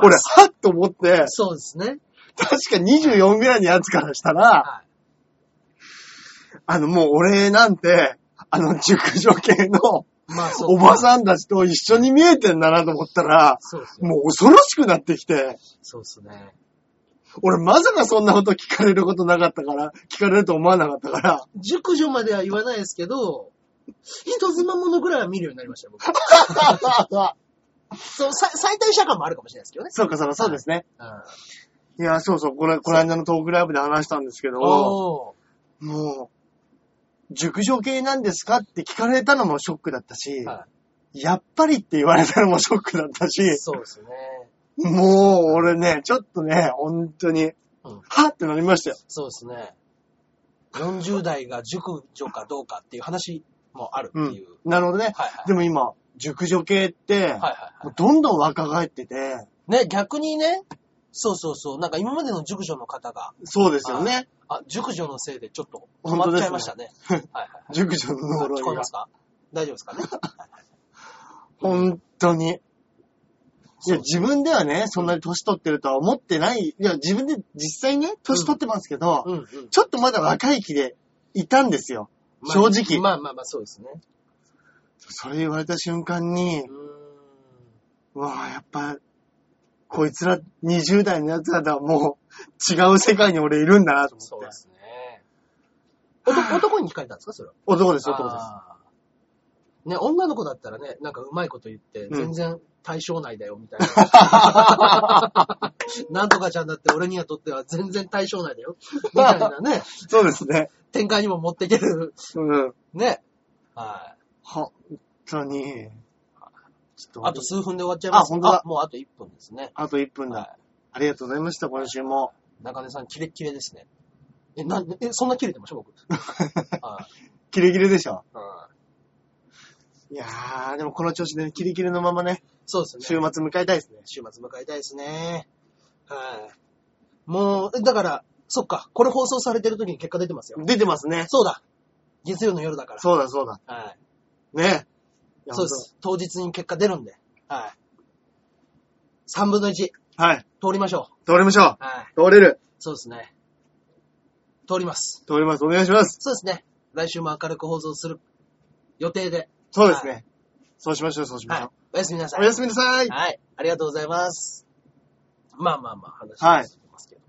A: 俺、はっと思って、
B: そうですね。
A: 確か24ぐらいのやつからしたら、
B: はい。
A: あの、もう俺なんて、あの、熟女系の
B: まあ、そう。
A: おばさんたちと一緒に見えてんだなと思ったら、
B: そうですよ。
A: もう恐ろしくなってきて、
B: そうですね。
A: 俺まさかそんなこと聞かれることなかったから、聞かれると思わなかったから、
B: 熟女までは言わないですけど、人妻ものぐらいは見るようになりましたよ、 僕。そう、さ最大社会もあるかもしれないですけどね。
A: そうかそうかそうですね。
B: うん。
A: いや、そうそう、これ、この間のトークライブで話したんですけど、
B: おー
A: もう、熟女系なんですかって聞かれたのもショックだったし、
B: は
A: やっぱりって言われたのもショックだったし
B: い。、そうですね。
A: もう俺ね、ちょっとね、本当に、
B: うん
A: はってなりましたよ。
B: そうですね。40代が熟女かどうかっていう話もあるって
A: う
B: い
A: ん
B: う。。
A: なるほどね。
B: はいはい。
A: でも今、熟女系って、
B: はいはいは
A: もうどんどん若返ってて、
B: い。ね、逆にね、そうそうそう、なんか今までの熟女の方が、
A: そうですよね。
B: あ、熟女のせいでちょっと止
A: 本当
B: まっ
A: ですね
B: ちゃいましたね。 はいはい。
A: 熟女の
B: 聞こ
A: 呪
B: え
A: いが
B: ま。すか大丈夫ですかね
A: 本当に。い
B: そう
A: や、自分ではね、そんなに年取ってるとは思ってない。いや、自分で実際ね、年取ってますけど、
B: うんうん。
A: ちょっとまだ若い気でいたんですよ。 正直
B: まあまあまあ、そうですね。
A: それ言われた瞬間
B: う
A: に
B: ー、ん。
A: うわぁ、やっぱ、こいつら、20代の奴らとはもう、違う世界に俺いるんだなと思
B: そう
A: って
B: で。すね。 男男に聞かれたんですかそれは。
A: 男です、男です。
B: あーね、女の子だったらね、なんかうまいこと言って、
A: ん
B: 全然対象内だよ、みたいな。 なんとかちゃんだって俺にはとっては全然対象内だよ、みたいなね、
A: そうですね。
B: 展開にも持っていける、
A: うん。
B: ね。はい。
A: 本当に、ちょっと、
B: あと数分で終わっちゃいます。
A: あ本当だ
B: あもうあと1分ですね。
A: あと1分だ。
B: は
A: ありがとうございました、今週も。
B: い。中根さん、キレッキレですね。え、なん、え、そんなキレてました 僕。はい
A: キレキレでしょ。
B: うん
A: いやー、でもこの調子でねキレキレのままね、
B: そうですね。
A: 週末迎えたいですね。
B: 週末迎えたいですね。はい。もう、だから、そっか、これ放送されてる時に結果出てますよ。
A: 出てますね。
B: そうだ。月曜の夜だから。
A: そうだ、そうだ。
B: はい。
A: ね。いや
B: そうで。す。当日に結果出るんで。はい。3分の1。
A: 本はい。
B: 通りましょ
A: 通りましょ
B: う。はい。
A: う。通れる。
B: そうですね。通ります。
A: 通ります。お願いします。
B: そうですね。来週も明るく放送する予定で。
A: そうです
B: は
A: ね。そうしましょう、そうしまし
B: はい
A: ょ。
B: おやすみなさ
A: う。
B: い。
A: おやすみなさい。
B: はい。ありがとうございます。まあまあまあ、話
A: はい
B: は続きますけど。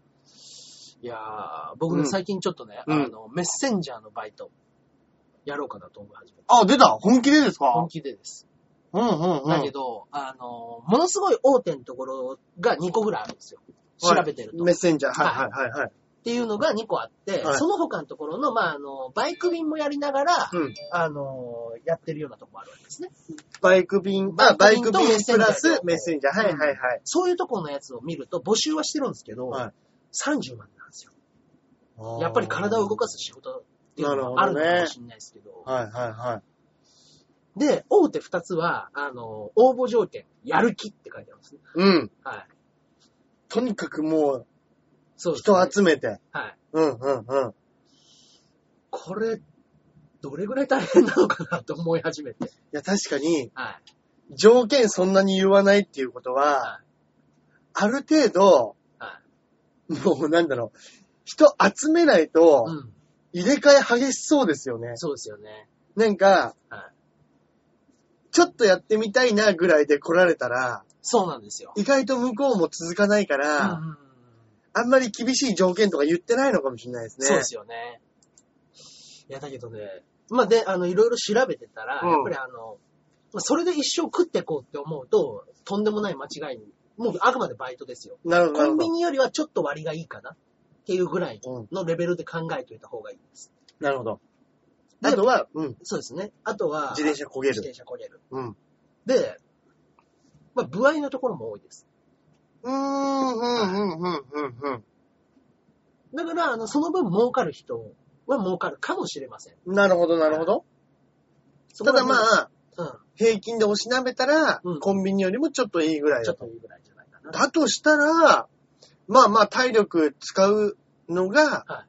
B: い、やー、僕
A: う
B: ね、
A: ん
B: 最近ちょっとね、
A: うん
B: あの、メッセンジャーのバイト、やろうかなと思い始めた。
A: あ、出た本気でです
B: 本
A: か
B: 気でです。
A: うんうんうん。
B: だけど、あの、ものすごい大手のところが2個ぐらいあるんですよ。調べてると。
A: メッセンジャー。はいはいはいはい。
B: っていうのが2個あって、
A: はい
B: その他のところの、まあ、あの、バイク便もやりながら、
A: うん。
B: あの、やってるようなとこもあるわけですね。
A: バイク便、あ、バ
B: バ
A: イ
B: イ
A: ク
B: ク便と
A: 便プラスメ
B: メ
A: ッ
B: ッ
A: セ
B: セ
A: ンジャー。はいはいはい。
B: そういうところのやつを見ると、募集はしてるんですけど、
A: はい
B: 30万なんですよ。やっぱり体を動かす仕事っていうのもあるのかもしれないですけど。
A: はいはいは
B: で、大手二つは、あの、応募条件、やる気って書いてあるんですね。
A: い。うん。
B: はい。
A: とにかくもう、
B: そうです、ね。
A: 人集めて。
B: はい。
A: うんうんうん。
B: これ、どれぐらい大変なのかなと思い始めて。
A: いや、確かに、
B: はい。
A: 条件そんなに言わないっていうことは、
B: は
A: ある程度、
B: は
A: もうなんだろう、人集めないと
B: い。、うん。
A: 入れ替え激しそうですよね。
B: そうですよね。
A: なんか、
B: はい。
A: ちょっとやってみたいなぐらいで来られたら、
B: そうなんですよ。
A: 意外と向こうも続かないか
B: うん
A: ら、
B: うんうん
A: あんまり厳しい条件とか言ってないのかもしれないですね。
B: そうですよね。いや、だけどね、まあ、で、あの、いろいろ調べてたら、
A: うん
B: やっぱりあの、まあそれで一生食ってこうって思うと、とんでもない間違いに、もうあくまでバイトですよ。
A: なるほど、な
B: コ
A: るほ
B: ン
A: ど
B: ビ。ニよりはちょっと割がいいかなっていうぐらい
A: うん
B: のレベルで考えておいた方がいいです。
A: なるほど。
B: で
A: あとは、うん、
B: そうですね。あとは、
A: 自転車焦げ
B: 自
A: る。
B: 転車こげる。
A: うん。
B: で、まあ、部合のところも多いです。
A: うん、うん、うん、うん、うん、
B: だから、あの、その分儲かる人は儲かるかもしれません。
A: うん。なるほど、なるほど。
B: そこ
A: ただ
B: ら
A: ま
B: 辺
A: あ、
B: は、
A: 平均でおしなべたら、
B: うん
A: コンビニよりもちょっといいぐらい
B: うん、ちょ
A: だ
B: っ
A: と。
B: といいぐらいじゃないかな。
A: だとしたら、まあまあ体力使うのが
B: は、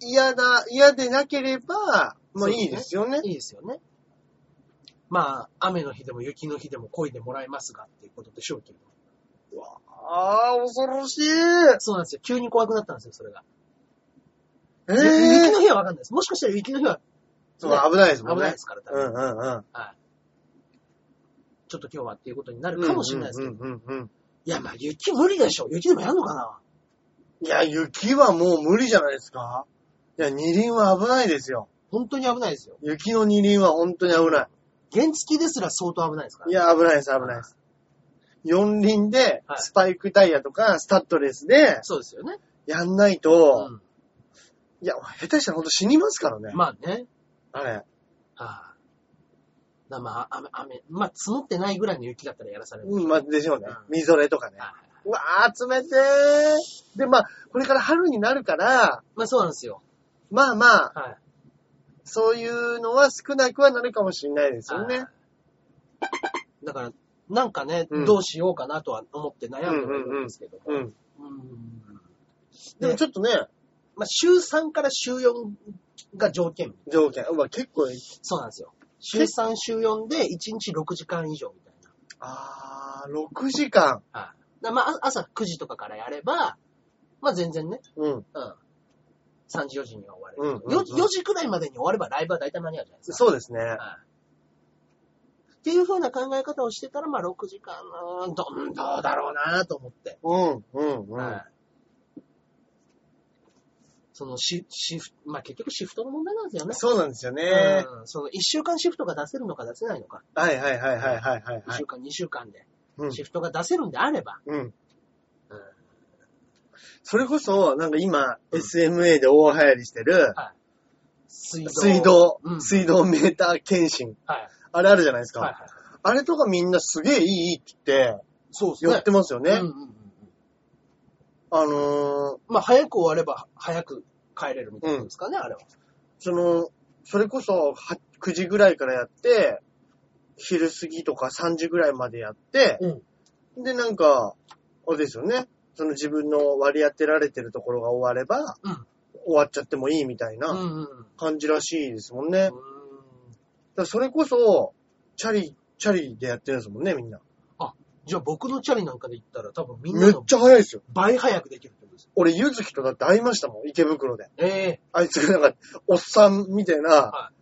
A: 嫌だ、嫌でなければ、ま
B: そ
A: あ
B: うですね
A: いいですよね。
B: いいですよね。まあ、雨の日でも雪の日でも漕いでもらえますがっていうことでしょうけど。
A: ああ、恐ろしい。
B: そうなんですよ。急に怖くなったんですよ、それが。
A: え
B: ゆ雪
A: え
B: の日はわかんないです。もしかしたら雪の日は
A: そう危ないです
B: 危
A: もん
B: ない
A: ね
B: で。すから、多
A: うん
B: 分
A: うんうん。
B: ちょっと今日はっていうことになるかもしれないですけど。
A: うんうんうんうん
B: いや、まあ雪無理でしょ。雪でもやんのかない
A: や、雪はもう無理じゃないですかいや、二輪は危ないですよ。
B: 本当に危ないですよ。
A: 雪の二輪は本当に危な
B: 原付きですら相当危ないですから
A: い。い
B: ね。
A: や、危ないです、危ないです。四輪で、
B: はい
A: スパイクタイヤとか、スタッドレスで、
B: そうですよね。
A: やんないと、
B: うん。
A: いや、下手したら本当死にますからね。
B: まあね。
A: あれ。
B: はい、だまあ、雨、雨、まあ積もってないぐらいの雪だったらやらされる。
A: うん、まあ、でしょうね
B: うん。
A: みぞれとかね。
B: はいう
A: わー、冷てー。で、まあ、これから春になるから、
B: まあそうなんですよ。
A: まあまあ、
B: はい。
A: そういうのは少なくはなるかもしれないですよね
B: は。いだから、なんかね、
A: うん
B: どうしようかなとは思って悩んではいるんですけども。
A: うん。
B: うん
A: でもちょっとね、
B: まあ週3から週4が条件。
A: 条件。うわ、結構、
B: そうなんですよ。週3、週4で1日6時間以上みたいな。
A: あー、6時間。
B: だまあ、あ朝9時とかからやれば、まあ全然ね、
A: うん。
B: うん。3時、4時には終われる。
A: うんうんうん
B: 4, 4時くらいまでに終わればライブは大体間に合うじゃないですか。
A: そうですね。
B: はいっていう風な考え方をしてたら、まあ6時間、うーんどうんどうだろうなと思って。
A: うん、うん、う
B: は
A: ん。
B: い。そのシシフト、まあ結局シフトの問題なんですよね。
A: そうなんですよね。
B: うんその1週間シフトが出せるのか出せないのか。
A: はいはいはいはいはいはい
B: 1
A: はい
B: 週。間、2週間で
A: うん
B: シフトが出せるんであれば、
A: うん
B: うん
A: それこそ、なんか今、SMA で大流行りしてる、
B: 水道。
A: 水道、
B: うん
A: 水道メーター検診。
B: はい。
A: あれあるじゃないですか。
B: はいはい。
A: あれとかみんなすげえいいいいって言って、
B: そうですね。
A: やってますよね。
B: うんうんうんうん
A: あのー、
B: まあ、早く終われば早く帰れるみたいなんですかね、あれは。
A: その、それこそは9時ぐらいからやって、昼過ぎとか3時ぐらいまでやって、
B: うん
A: で、なんか、あれですよね。その自分の割り当てられてるところが終われば、
B: うん
A: 終わっちゃってもいいみたいうなん
B: うんうん。
A: 感じらしいですもんね。だからそれこそ、チャリ、チャリでやってるんですもんね、みんな。
B: じゃあ僕のチャリなんかで行ったら多分みん
A: め
B: な
A: っ
B: の
A: ちゃ早いですよ。
B: 倍早くできるってことです。
A: 俺、ゆずきとだって会いましたもん、池袋で。
B: ええ
A: あいつがなんか、おっさんみたいな、
B: は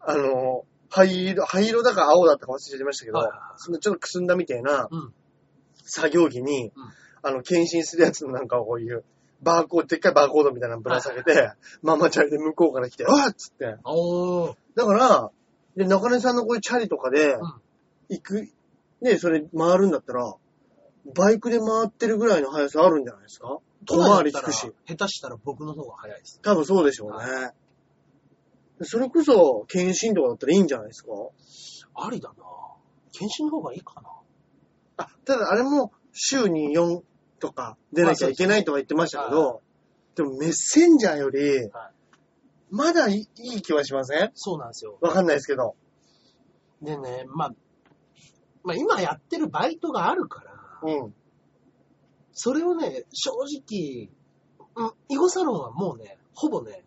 A: あの、灰色、灰色だか青だったか忘れちゃいましたけど、
B: はいはいはい
A: そのちょっとくすんだみたいな
B: うん
A: 作業着に、
B: うん
A: あの、検診するやつのなんかこういう、バーコード、でっかいバーコードみたいなのぶら下げて、ママチャリで向こうから来て、あっつって。
B: おー。
A: だから、で、中根さんのこういうチャリとかで
B: ん、
A: 行く、ね、それ回るんだったら、バイクで回ってるぐらいの速さあるんじゃないですか
B: 都
A: 小
B: 内だ
A: 回り
B: った
A: つ
B: ら
A: くし。
B: 下手したら僕の方が早いです。
A: 多分そうでしょうね。それこそ、検診とかだったらいいんじゃないですか
B: ありだな検診の方がいいかな
A: あ、ただあれも週に4とか出なきゃいけないとは言ってましたけど、でもメッセンジャーより
B: は、
A: まだいいいい気はしません
B: そうなんですよ。
A: わかんないですけど。
B: でね、まあ、まあ今やってるバイトがあるから、
A: うん。
B: それをね、正直、うん、囲碁サロンはもうね、ほぼね、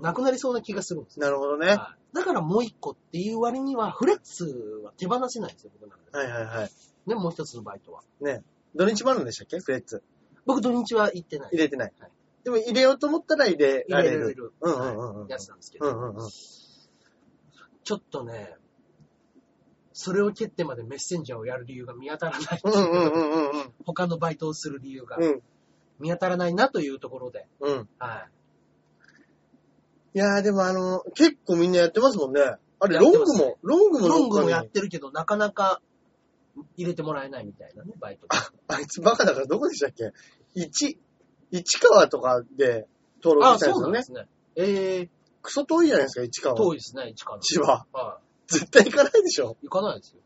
B: なくなりそうな気がするんですよ。
A: なるほどね。は
B: はいだからもう一個っていう割には、フレッツは手放せないんですよ、僕なんか
A: いはいはい。
B: ね、もう一つのバイトは。
A: 土日もあるんでしたっけフレッツ。
B: 僕土日は行ってない。
A: 入れてない
B: はい。
A: でも入れようと思ったら入れら
B: 入れ
A: れ
B: る入れ
A: る。
B: る
A: うんうんうんうん
B: やつなんですけど、
A: うんうんうん。
B: ちょっとね、それを蹴ってまでメッセンジャーをやる理由が見当たらない。
A: うんうんうんうんうん。
B: 他のバイトをする理由が
A: うん
B: 見当たらないなというところで。
A: うん。
B: はい
A: やーでもあの、結構みんなやってますもんね。あれ、
B: やっ
A: ロ
B: て
A: ン
B: ま
A: グ
B: すね
A: も、ロング
B: い。
A: も
B: ロングも
A: どっ
B: やっ
A: かに
B: てるけど、なかなか入れてもらえないみたいなね、バイトが。
A: あいつバカだからどこでしたっけ ?1、市川とかで登
B: あ
A: 録
B: あ、
A: したんで
B: そ
A: すよ
B: うなん
A: ね
B: で。すね。ええ
A: クソ遠いじゃないですか、市川。
B: 遠いですね、市川の。
A: 千葉。
B: は
A: 絶対行かないでしょ。
B: い。行かないですよ。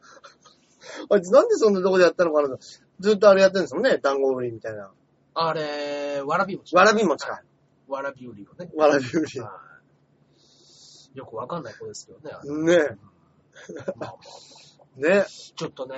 A: あいつなんでそんなとこでやったのかなと。ずっとあれやってるんですもんね、団子売りみたいな。
B: あれ、わらび餅。
A: わらび餅か
B: はい。わらび売りをね。
A: わらび売り。
B: はいよくわかんない子ですけどね。あれ
A: ね
B: まあ
A: え。ね
B: ちょっとね、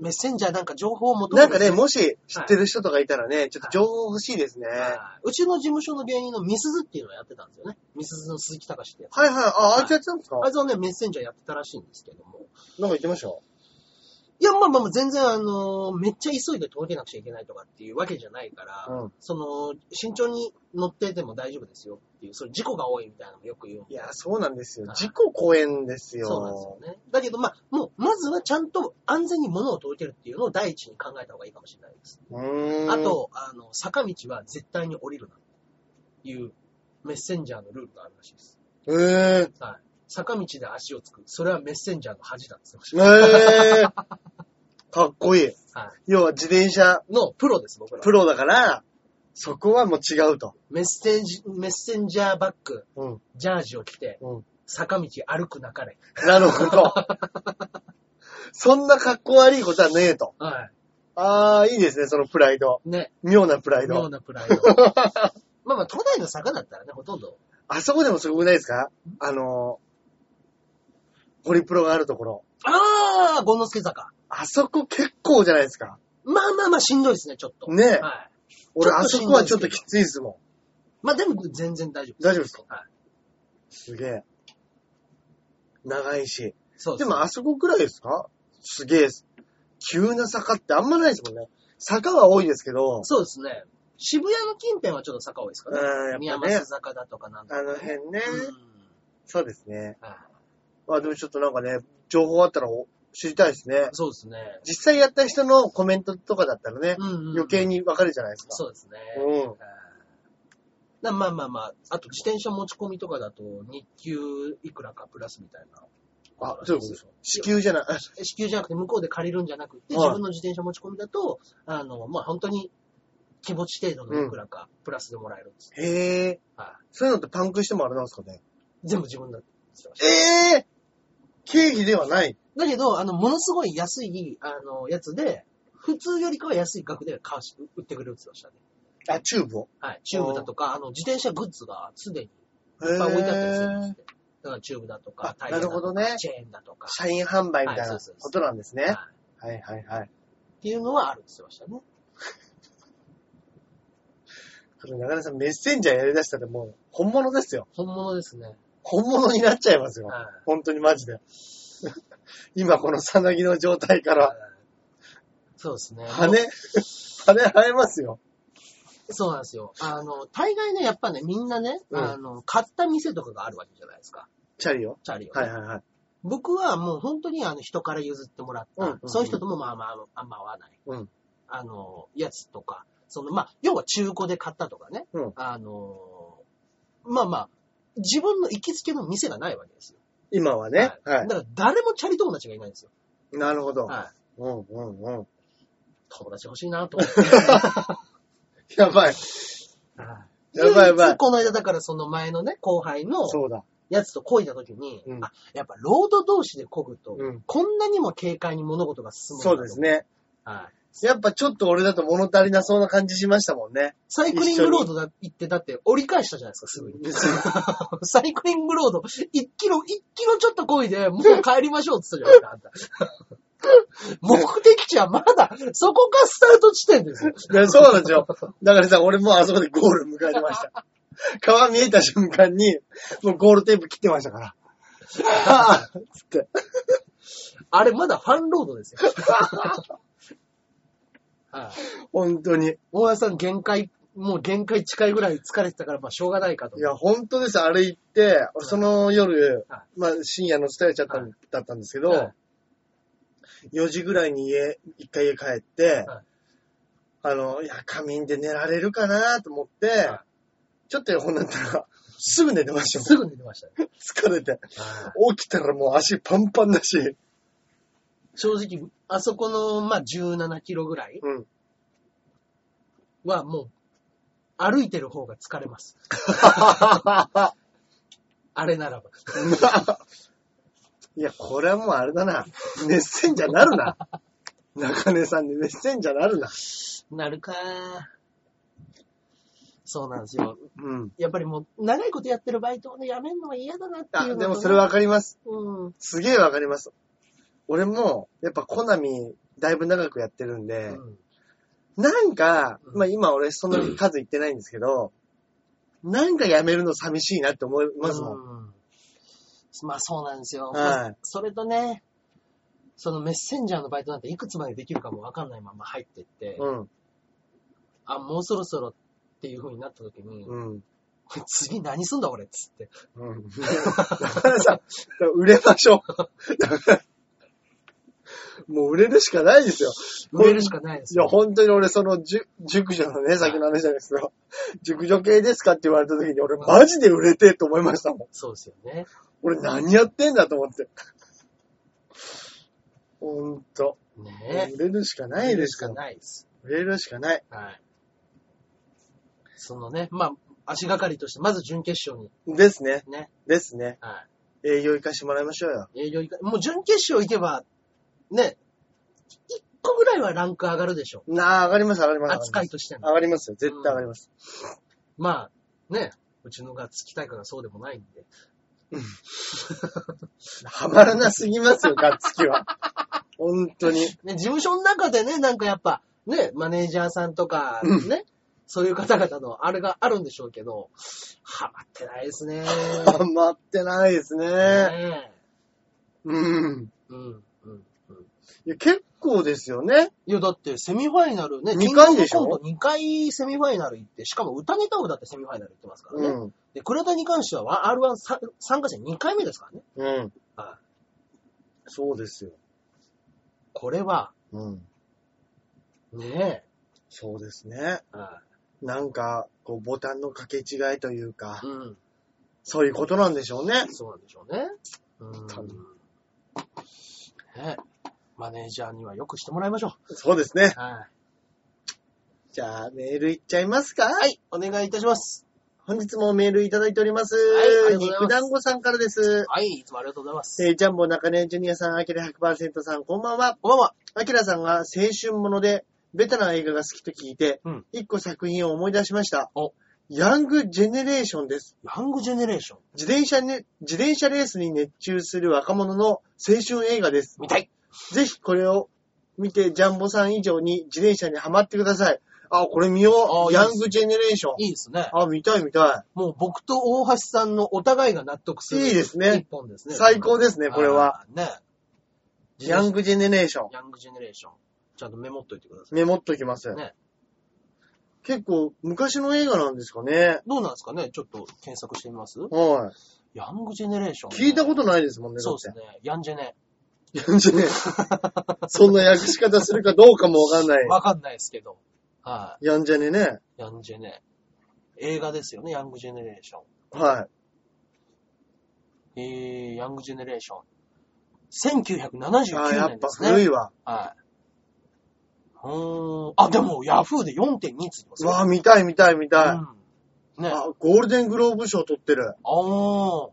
B: メッセンジャーなんか情報を求め
A: なん
B: て。
A: かね、もし知ってる人とかいたらね、ちょっと情報欲しいですね。は
B: はいうちの事務所の芸人のミスズっていうのをやってたんですよね。ミスズの鈴木隆ってやつ。
A: いはい。あ、あいつやってたんですか
B: あいつはね、メッセンジャーやってたらしいんですけども。
A: なんか言ってました
B: いや、まあまあまあ、全然あのー、めっちゃ急いで届けなくちゃいけないとかっていうわけじゃないから、
A: うん
B: その、慎重に乗ってても大丈夫ですよっていう、それ事故が多いみたいなのもよく言うん
A: い
B: で
A: や、そうなんですよ
B: は。い
A: 事故公演ですよ。
B: そうなんですよね。だけど、まあ、もう、まずはちゃんと安全に物を届けるっていうのを第一に考えた方がいいかもしれないです。
A: うーん。
B: あ、と、あの、坂道は絶対に降りるな、っていうメッセンジャーのルールがあるらしいです。
A: えー、
B: はい。坂道で足をつく。それはメッセンジャーの恥だって言ってまし
A: えー、かっこいい。
B: た。は
A: 要は自転車
B: い。のプロです、僕らは。
A: プロだから、そこはもう違うと。
B: メッセンジ、メッセンジャーバッグ、
A: うん。
B: ジャージを着て、
A: うん。
B: 坂道歩くなかれ。
A: なるほど。 そんな格好悪いことはねえと。
B: は
A: ああ、いいですね、そのプライド。
B: い。ね。
A: 妙なプライ
B: 妙
A: ド。
B: なプライド。 まあまあ、都内の坂だったらね、ほとんど。
A: あそこでもすごくないですかあのー、ホリプロがあるところ。
B: あー、ゴンノスケ坂。
A: あそこ結構じゃないですか。
B: まあまあまあ、しんどいですね、ちょっと。
A: ねえ
B: はい。
A: 俺、
B: ちょっ
A: あ
B: と
A: そ
B: しん
A: こ
B: どい
A: は
B: で
A: ちょ
B: す
A: っ
B: けど
A: ときついですも
B: まあでも、全然大丈夫
A: ん。大丈夫ですか
B: はい。
A: すげえ。長いし。
B: そう
A: で
B: です、
A: も、あそこくらいですかすげえ。急な坂ってあんまないですもんね。坂は多いですけど、
B: そうですね。渋谷の近辺はちょっと坂多いですかね。
A: うんや
B: 宮
A: っぱね
B: 益坂だとかなんとか。
A: あの辺ね。
B: うん
A: そうですね。
B: はい
A: まあでもちょっとなんかね、情報あったらお知りたいですね。
B: そうですね。
A: 実際やった人のコメントとかだったらね、
B: うんうんうん
A: 余計。にわかるじゃないですか。
B: そうですね。
A: うん
B: はいなまあまあまあ、あと自転車持ち込みとかだと、日給いくらかプラスみたいな。
A: あ、そういうことですよ。支給じゃない。
B: 支給じゃなくて、向こうで借りるんじゃなくて、
A: はい
B: 自分の自転車持ち込みだと、あの、まあ本当に気持ち程度のいくらかプラスでもらえるんです。
A: へえ。
B: は
A: そういうのってパンクしてもあれなんですかね。
B: い。全部自分だって言ってました。
A: ええ経費ではない。
B: だけど、あの、ものすごい安い、あの、やつで、普通よりかは安い額で買わし売ってくれるって言ってましたね。
A: あ、チューブを。
B: はい。チューブだとか、あの、自転車グッズがすでにいっ
A: へ
B: ぱい置いてあったりするんで
A: え
B: すって。だからチューブだとか、
A: あ
B: タイヤだ
A: なるほど
B: と
A: ね
B: か、チェーンだとか。
A: 社員販売みたい
B: はいそう
A: な
B: そうそう
A: ことなんですね。
B: はい
A: はいはいはい。
B: っていうのはあるって言ってましたね。
A: これ中根さん、メッセンジャーやりだしたらもう本物ですよ。
B: 本物ですね。
A: 本物になっちゃいますよ。
B: はい。
A: 本当にマジで。今このさなぎの状態から。
B: そうですね。
A: 羽、羽生えますよ。
B: そうなんですよ。あの、大概ね、やっぱね、みんなね、
A: うん
B: あの、買った店とかがあるわけじゃないですか。
A: チャリを。
B: チャリをね、
A: はいはいはい。
B: 僕はもう本当にあの人から譲ってもらった、
A: うんうんうん
B: その人ともまあまあ、あんま合わない、
A: うん
B: あの、やつとか、その、まあ、要は中古で買ったとかね、
A: うん
B: あの、まあまあ、自分の行きつけの店がないわけですよ。
A: 今はね。は
B: だから誰もチャリ友達がいないんですよ。
A: い。なるほど。
B: はい。
A: うんうんうん。
B: 友達欲しい なと思って。
A: やばい。
B: はい
A: やばいやば
B: 唯
A: い
B: 一。この間、だからその前のね、後輩の
A: そうだ。
B: やつと漕いだ時に、
A: うん
B: あ、やっぱロード同士で漕ぐと、
A: うん。
B: こんなにも軽快に物事が進むんだ
A: そうです。ね。
B: はい。
A: やっぱちょっと俺だと物足りなそうな感じしましたもんね。
B: サイクリングロードだ行って、だって折り返したじゃないですか、すぐに。 サイクリングロード、1キロ、1キロちょっと漕いで、 もう帰りましょうって言ったじ ゃ ないですか、あんた。目的地はまだ、そこがスタート地点ですよ。
A: でそうなんですよ。だからさ、俺もうあそこでゴール迎えてま した。川見えた瞬間に、もうゴールテープ切ってましたから。 あーつって。
B: あれまだファンロード ですよ。はい
A: 本当に。い
B: 大橋さん限界、もう限界近いぐらい疲れてたから、まあしょうがないかと。
A: や、本当です。あれ行って、その夜、
B: は
A: まあ深夜の伝えちゃったん、
B: は
A: だったんですけ
B: ど
A: ど、4時ぐらいに家、一回家帰って、
B: はい
A: あの、いや、仮眠で寝られるかなと思って、
B: は
A: ちょっと横になったら、すぐ寝てましたよ。
B: すぐ寝てましたね。
A: 疲れて。起きたらもう足パンパンだし。
B: 正直、あそこの、まあ、17キロぐらい
A: うん。
B: はもう、歩いてる方が疲れます。あれならば。
A: いや、これはもうあれだな。熱戦じゃなる な。中根さんで熱戦じゃなるな。
B: なるかそうなんですよ。
A: うん。
B: やっぱりもう、長いことやってるバイトをね、やめるのは嫌だなって
A: あ、
B: いうのと
A: でもそれわかります。
B: うん。
A: すげえわかります。俺も、やっぱコナミ、だいぶ長くやってるんで、
B: うん
A: なんか、
B: うん
A: まあ今俺そんなに数言ってないんですけど、なんか辞めるの寂しいなって思いますもん。
B: うんまあそうなんです
A: は
B: よ。
A: い
B: まあそれとね、そのメッセンジャーのバイトなんていくつまでできるかもわかんないまま入ってって、
A: うん。
B: あ、もうそろそろっていう風になった時に、
A: うん。
B: 次何すんだ俺っつって。
A: うん。だからさ、売れまし ょう。だからもう売れるしかないですよ。
B: 売れるしかないです
A: いや、
B: よ。
A: 本当に俺、その、じゅ熟女のね、先の話じゃないですけど、 熟女系ですかって言われた時に、俺、マジで売れてえと思いましたもん。
B: そうですよね。
A: 俺、何やってんだと思って。ほんと。
B: ね
A: 売れるしかないです
B: か
A: よ。
B: ないです。
A: 売れるしかない。
B: はい。そのね、まあ、足がかりとして、まず準決勝に
A: ですね。
B: ね、
A: ですね。
B: は
A: 営業行かしてもらいましょうよ。
B: い。営業行か、もう準決勝行けば、ね、一個ぐらいはランク上がるでしょ。
A: なあ、上がります、上がります。
B: 扱いとしての。
A: 上がりますよ。絶対上がります。
B: まあ、ね、うちのが月大会がそうでもないんで。
A: はまらなすぎます よ、ガッツキは。本当 に。
B: ね、事務所の中でね、なんかやっぱ、ね、マネージャーさんとか、ね、そういう方々のあれがあるんでしょうけど、ハマってないで すね。
A: はまってないですね。
B: ね
A: うん。
B: うん、うん、うん。
A: いや、結構ですよね。
B: いや、だって、セミファイナルね、
A: 二回でしょ
B: キングオブコント2回セミファイナル行って、しかも歌ネタオフだってセミファイナル行ってますからね。
A: うん。
B: で、倉田に関しては R1 さ参加戦2回目ですからね。
A: うん。
B: は
A: そうですよ。
B: い。これは、
A: うん。
B: ね
A: そうですね。
B: え、は
A: なんか、こう、ボタンの掛け違いというか
B: い。、うん。
A: そういうことなんでしょうね。
B: そうなんでしょうね。うん
A: 多分。
B: ねマネージャーにはよくしてもらいましょ
A: そうですね。
B: う。はい。
A: じゃあ、メールいっちゃいますかはい。
B: お願いいたします。
A: 本日もメールいただいております。
B: いありがとうございます
A: 肉団子さんからです。
B: はい、いつもありがとうございます。
A: えー、ジャンボ中根ジュニアさん、アキラ100%さん、こんばんは。
B: おばは、
A: アキラさんが青春もので、ベタな映画が好きと聞いて
B: うん、
A: 一、個作品を思い出しました。
B: お
A: ヤングジェネレーションです。
B: ヤングジェネレーション、
A: 自転車ね、自転車レースに熱中する若者の青春映画です。
B: 見たい。
A: ぜひこれを見て、ジャンボさん以上に自転車にハマってください。あ、これ見よ
B: あ
A: う。
B: いいで
A: ヤ
B: す
A: ングジェネレーション。
B: いいですね。
A: あ、見たい見た
B: もう僕と大橋さんのお互いが納得する。
A: いいですね
B: 一本です
A: い。
B: ね。
A: 最高ですね、これは。。
B: ね。
A: ヤングジェネレーション。
B: ヤングジェネレーション。ちゃんとメモっといてください。
A: メモっときます。
B: ね
A: 結構、昔の映画なんですかね。
B: どうなんですかねちょっと検索してみます
A: は
B: ヤングジェネレーション。
A: い。聞いたことないですもんね、
B: そうですね。ヤンジェ ネ。
A: だって。40年。そんな訳し方するかどうかもわかんない。
B: わかんないですけど。は
A: やんじゃねね。
B: い。ヤンジェネ。映画ですよね、ヤングジェネレーション。
A: は
B: えー、ヤングジェネレーション。
A: い。あー
B: 1979
A: やっ
B: 年
A: ぱ
B: ですね。
A: 古いわ。
B: はい。うーん。あ、でも、ヤフーで4.2ついます
A: うわあ、見たい見たい見たい。
B: うん。ね。
A: あ
B: あ、
A: ゴールデングローブ賞取ってる。
B: あー。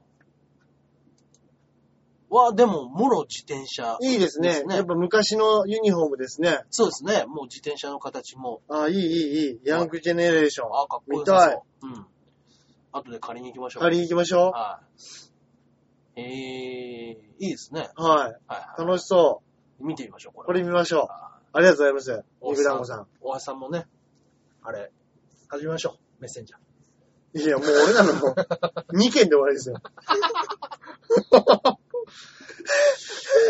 B: わ、でも、もろ自転車。
A: いいですね
B: ですね
A: やっぱ昔のユニフォームですね。
B: そうですね。もう自転車の形も。
A: あーいいいいいい。ヤングジェネレーション。
B: あ、かっこよ
A: 見
B: さ
A: たい。
B: そう。うん。後で借りに行きましょう。
A: 借りに行きましょ
B: はい。えー、いいですね。
A: う。は
B: はい
A: い。
B: はい。
A: 楽しそ
B: 見てみましょう、こ
A: う。こ
B: れ。
A: れ見ましょう。
B: あ
A: ありがとうございます。
B: おっ
A: 肉団子さん。
B: 大橋さんもね、あれ、始めましょう。メッセンジャー。
A: いや、もう俺らの もう、2件で終わりですよ。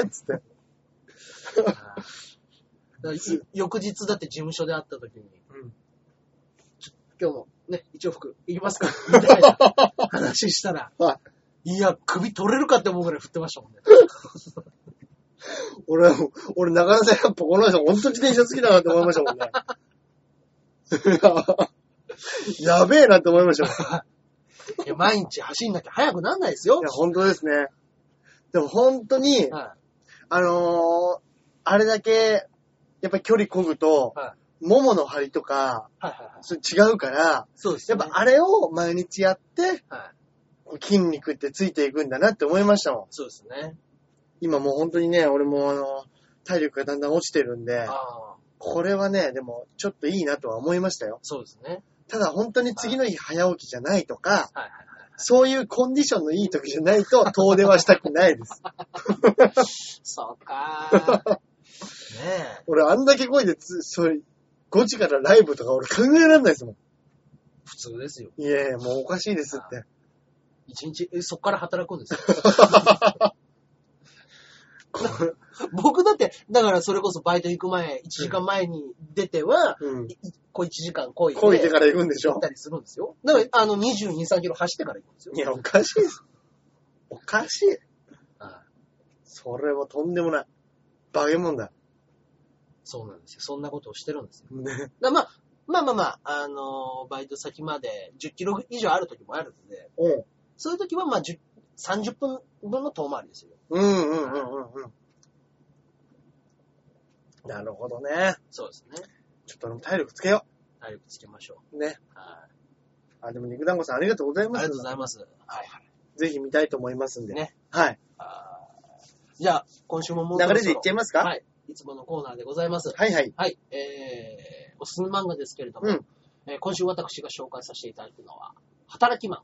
A: つって。
B: だからい翌日だって事務所で会った時に、
A: うん
B: ちょ今日もね、一応服いりますかみたいな話したら、
A: はい
B: や、首取れるかって思うぐらい振ってましたもんね。
A: 俺、俺、なかなかやっぱこの人、ほんと自転車好きだなって思いましたもん ね。やべえなって思いましたもん。
B: いや、毎日走んなきゃ早くなんないですよ
A: いや、。本当ですね。でも本当に、
B: は
A: あのーあれだけ、やっぱ距離こぐと、
B: は
A: ももの張りとか、
B: いはいはいはい。
A: それ違うから、
B: そうです
A: やっ
B: よね
A: ぱ。あれを毎日やって、
B: はい。
A: こう筋肉ってついていくんだなって思いましたもん。
B: そうですね。
A: 今もう本当にね、俺もあの、体力がだんだん落ちてるんで、
B: ああ、
A: これはね、でもちょっといいなとは思いましたよ。
B: そうですね。
A: ただ本当に次の日早起きじゃないとか、
B: はいはいはい。
A: そういうコンディションのいい時じゃないと遠出はしたくないです。
B: そうかー。ねえ。
A: 俺あんだけ声でつ、そういう、5時からライブとか俺考えられないですも
B: 普通ですよ。
A: ん。いやいや、もうおかしいですって。
B: 一日、えそっから働くんですよ。
A: こう
B: 僕だって、だからそれこそバイト行く前、1時間前に出ては、
A: うん。
B: こう1時間こいで、
A: こいでから行くんでし
B: 行っ
A: ょ
B: た。りするんですよ。だから、あの、22、3キロ走ってから行くんですよ。
A: いや、おかしいです。おかしい。
B: ああ
A: それはとんでもない。バゲモン だ。
B: そうなんですよ。そんなことをしてるんですよ。
A: ね。
B: だまあ、まあまあまあ、あのーバイト先まで10キロ以上ある時もあるんで、
A: うん。
B: そういう時はまあ、10 30分分の遠回りですよ。
A: うんうんうんうんうん。なるほどね。
B: そうですね。
A: ちょっと俺も体力つけよ
B: 体力つけましょ
A: う。ね。
B: う。はい。
A: あ、でも肉団子さんありがとうござい
B: あり
A: ま
B: が
A: す
B: とう。ございます。はいはい。
A: ぜひ見たいと思いますんで。
B: ね。
A: はい。
B: あーじゃあ、今週ももう
A: 流れでいっちゃい
B: ま
A: ますか
B: はい。いつものコーナーでございます。
A: はいはい。
B: はい、えー、おすすめ漫画ですけれども、
A: うん
B: えー今週私が紹介させていただくのは、働きマ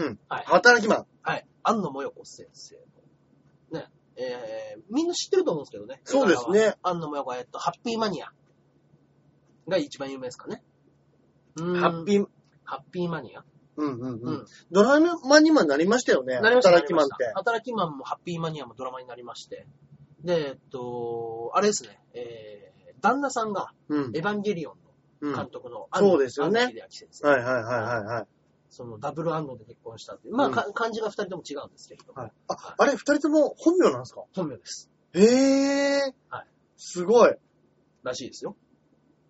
A: うん。
B: はい。
A: 働きマン。
B: はい。安野もよこ先生の。ね。えー、みんな知ってると思うんですけどね。
A: そうですね
B: 映画は。安野もよこ、えっと、ハッピーマニアが一番有名ですかね。うーん
A: ハッピー、
B: ハッピーマニア。
A: うんうん
B: う
A: うんん。ドラマにもなりましたよね。
B: なりました。
A: 働きマンっ
B: なりま
A: て
B: し。た働きマンもハッピーマニアもドラマになりまして。で、えっと、あれですね。えー、旦那さんが
A: うん
B: エヴァンゲリオ
A: うん。
B: ンの
A: は
B: 監督
A: う
B: の
A: ん
B: 安野
A: そうですよね
B: 安野秀明先生。
A: いはいはいはいはい。
B: そのダブル安納で結婚したっていう。まあ、
A: うん
B: か漢字が二人とも違うんですけれども、
A: はいあ、あれ二人とも本名なんですか
B: 本名です。
A: へえ。
B: はい
A: すごい。
B: らしいですよ。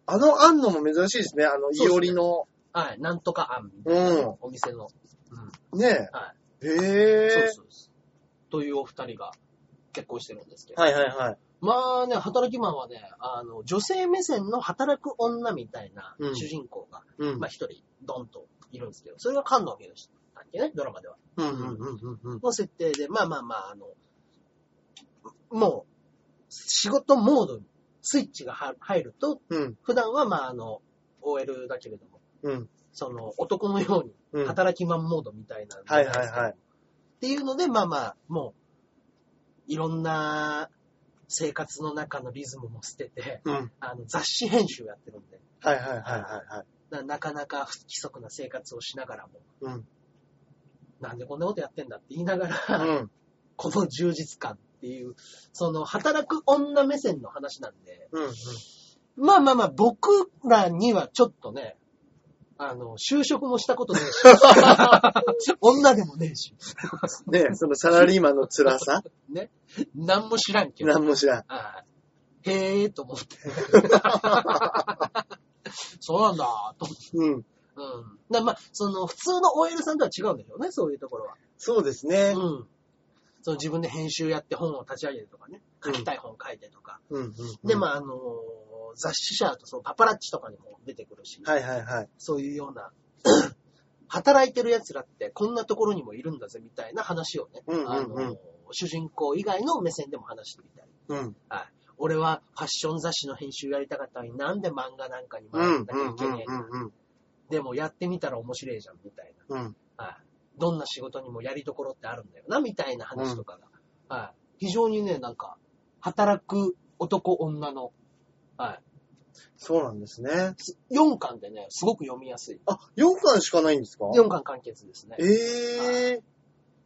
A: あの安野も珍しいですね。あの、
B: そうですね
A: いおりの。
B: はい。なんとか安みた
A: う。
B: いなんお店の。うん。
A: ね
B: は
A: え。
B: い。
A: へ
B: そう
A: え
B: です。そうです。というお二人が結婚してるんですけど。
A: はいはいはい。
B: まあね、働きマンはね、あの、女性目線の働く女みたいな
A: うん
B: 主人公が、
A: うん
B: まあ。一人、ドンといるんですけど、それが菅野美でしたっけね、ドラマでは。
A: うんうんうんうんうん。
B: の設定で、まあまあまあ、あの、もう、仕事モードにスイッチが入入ると、
A: うん
B: 普段は、まあ、あの、OL だけれども、
A: うん
B: その、男のよう
A: う
B: に、
A: ん。
B: 働きマンモードみたいな、
A: はいはいはい
B: っていうので、まあまあ、もう、いろんな生活の中のリズムも捨てて、
A: うん。
B: あの、雑誌編集やってるんで、
A: はいはいはいはいはい。
B: ななかなか不規則な生活をしながらも、
A: うん
B: なんでこんなことやってんだって言いながら、
A: うん。
B: この充実感ってっていう、その、働く女目線の話なんで、
A: うんうん。
B: まあまあまあ、僕らにはちょっとね、あの、就職もしたことねえし、女でもねえし、
A: ねそのサラリーマンの辛 さ
B: ね。なんも知らんけど。
A: なんも知らん。
B: はいへえーと思って。そうなんだ、と思って。
A: うん。
B: うん。だまあ、その、普通の OL さんとは違うんでしょうね、そういうところは。
A: そうですね。
B: うん。その自分で編集やって本を立ち上げるとかね。書きたい本書いてとか。
A: うんうんうん。
B: で、まあ、あのー雑誌社だとそのパパラッチとかにも出てくるし、
A: はいはいはい。
B: そういうような、 働いてる奴らってこんなところにもいるんだぜみたいな話をね、
A: うんうんうん
B: あのー主人公以外の目線でも話してみたり。
A: うん。
B: はい。俺はファッション雑誌の編集やりたかったのになんで漫画なんかに回らなきゃいけねえんだ
A: うん
B: でもやってみたら面白いじゃんみたい
A: うんうん。
B: な。はい。どんな仕事にもやりどころってあるんだよなみたいな話とかが。はい。非常にね、なんか、働く男女の、は
A: そうなんですね。
B: い。4巻でね、すごく読みやすい。
A: あ、4巻しかないんですか
B: 4巻完結ですね。
A: ええ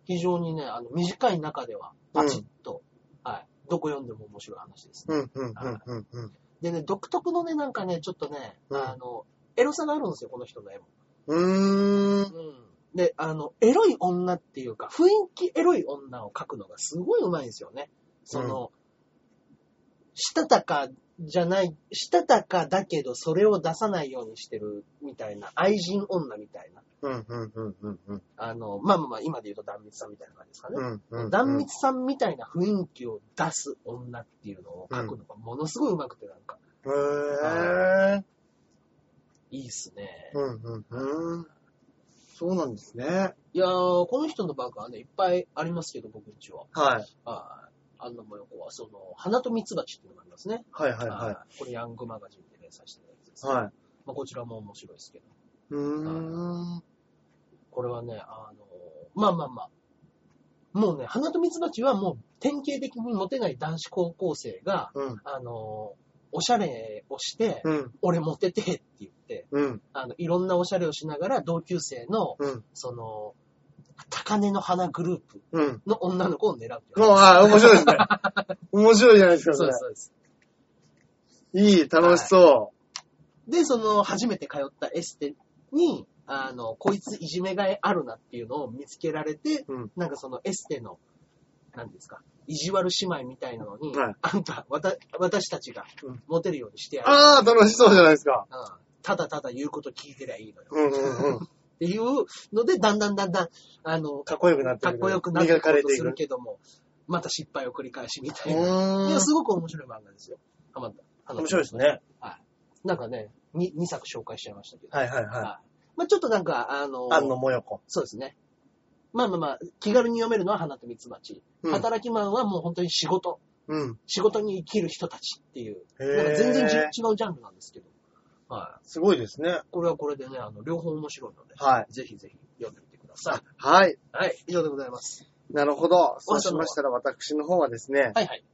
B: 非常にね、あの、短い中では、パチッと、はい。どこ読んでも面白い話ですね。
A: うんうんうんうんうん。
B: でね、独特のね、なんかね、ちょっとね、
A: うん
B: あの、エロさがあるんですよ、この人の絵も。
A: うーん。
B: うんで、あの、エロい女っていうか、雰囲気エロい女を描くのがすごい上手いんですよね。その、したたかじゃない、したたかだけどそれを出さないようにしてるみたいな、愛人女みたいな。
A: うんうんうんうんうん。
B: あの、まあまあまあ、今で言うと断蜜さんみたいな感じですか
A: う
B: ね。
A: んうんうん。
B: 断蜜さんみたいな雰囲気を出す女っていうのを描くのがものすごい上手くてなんか、
A: へえ。
B: いいっすね。
A: うんうんうん。そうなんですね。
B: いやー、この人のバッグはね、いっぱいありますけど、僕んちは。
A: はい。
B: はい。あんのもよこは、その、花と蜜蜂っていうのがありますね。。
A: はいはいはい
B: これ、ヤングマガジンで連載してるやつです、
A: い。はい。
B: まあ、こちらも面白いですけど。
A: うーん。
B: これはね、あの、まあまあまあ。もうね、花と蜜蜂はもう典型的にモテない男子高校生が、
A: うん。
B: あの、おしゃれをして、
A: うん。
B: 俺モテてって言って、
A: うん。
B: あの、いろんなおしゃれをしながら同級生の、
A: うん。
B: その、高根の花グループ
A: うん。
B: の女の子を狙うっていう
A: もう、あ、面白いですね。面白いじゃないですか、
B: そ
A: そうれ
B: です、。そうです。
A: いい、楽しそ
B: で、その、初めて通ったエステに、あの、こいついじめがいあるなっていうのを見つけられて、
A: うん
B: なんかそのエステの、なんですか、意地悪姉妹みたいなのに、
A: はい
B: あんた、わた、私たちが
A: うん
B: モテるようにしてや
A: う。
B: る。
A: ああ、楽しそうじゃないですか。
B: うんただただ言うこと聞いてりゃいいのよ。
A: うんうんうん。
B: っていうので、だんだんだんだん、あの、
A: かっこよくなって
B: か
A: く
B: っ
A: る。
B: こよくなってい
A: 磨か
B: こ
A: れ
B: うと
A: てい
B: する
A: く。
B: けども、また失敗を繰り返しみた
A: う
B: いな。い
A: ー
B: や、
A: ん。
B: すごく面白い漫画ですよ。ハマった。
A: 面白いですね。
B: なんかね、2, 2作紹介しちゃいましたけど。
A: はいはいは
B: まあちょっとなんか、あ
A: い。、
B: の
A: 安野もよこ。
B: そうですね。まあまあまあ、気軽に読めるのは花と蜜蜂。
A: うん
B: 働きマンはもう本当に仕事、
A: うん。
B: 仕事に生きる人たちっていう、
A: へ
B: なんか
A: え。
B: 全然じ違うジャンルなんですけど、はい。
A: すごいですね。
B: これはこれでね、あの、両方面白いので、
A: はい
B: ぜひぜひ読んでみてくださ
A: はい。
B: い。はい、以上でございます。
A: なるほど。そうしましたら私の方はですね、
B: はいはい。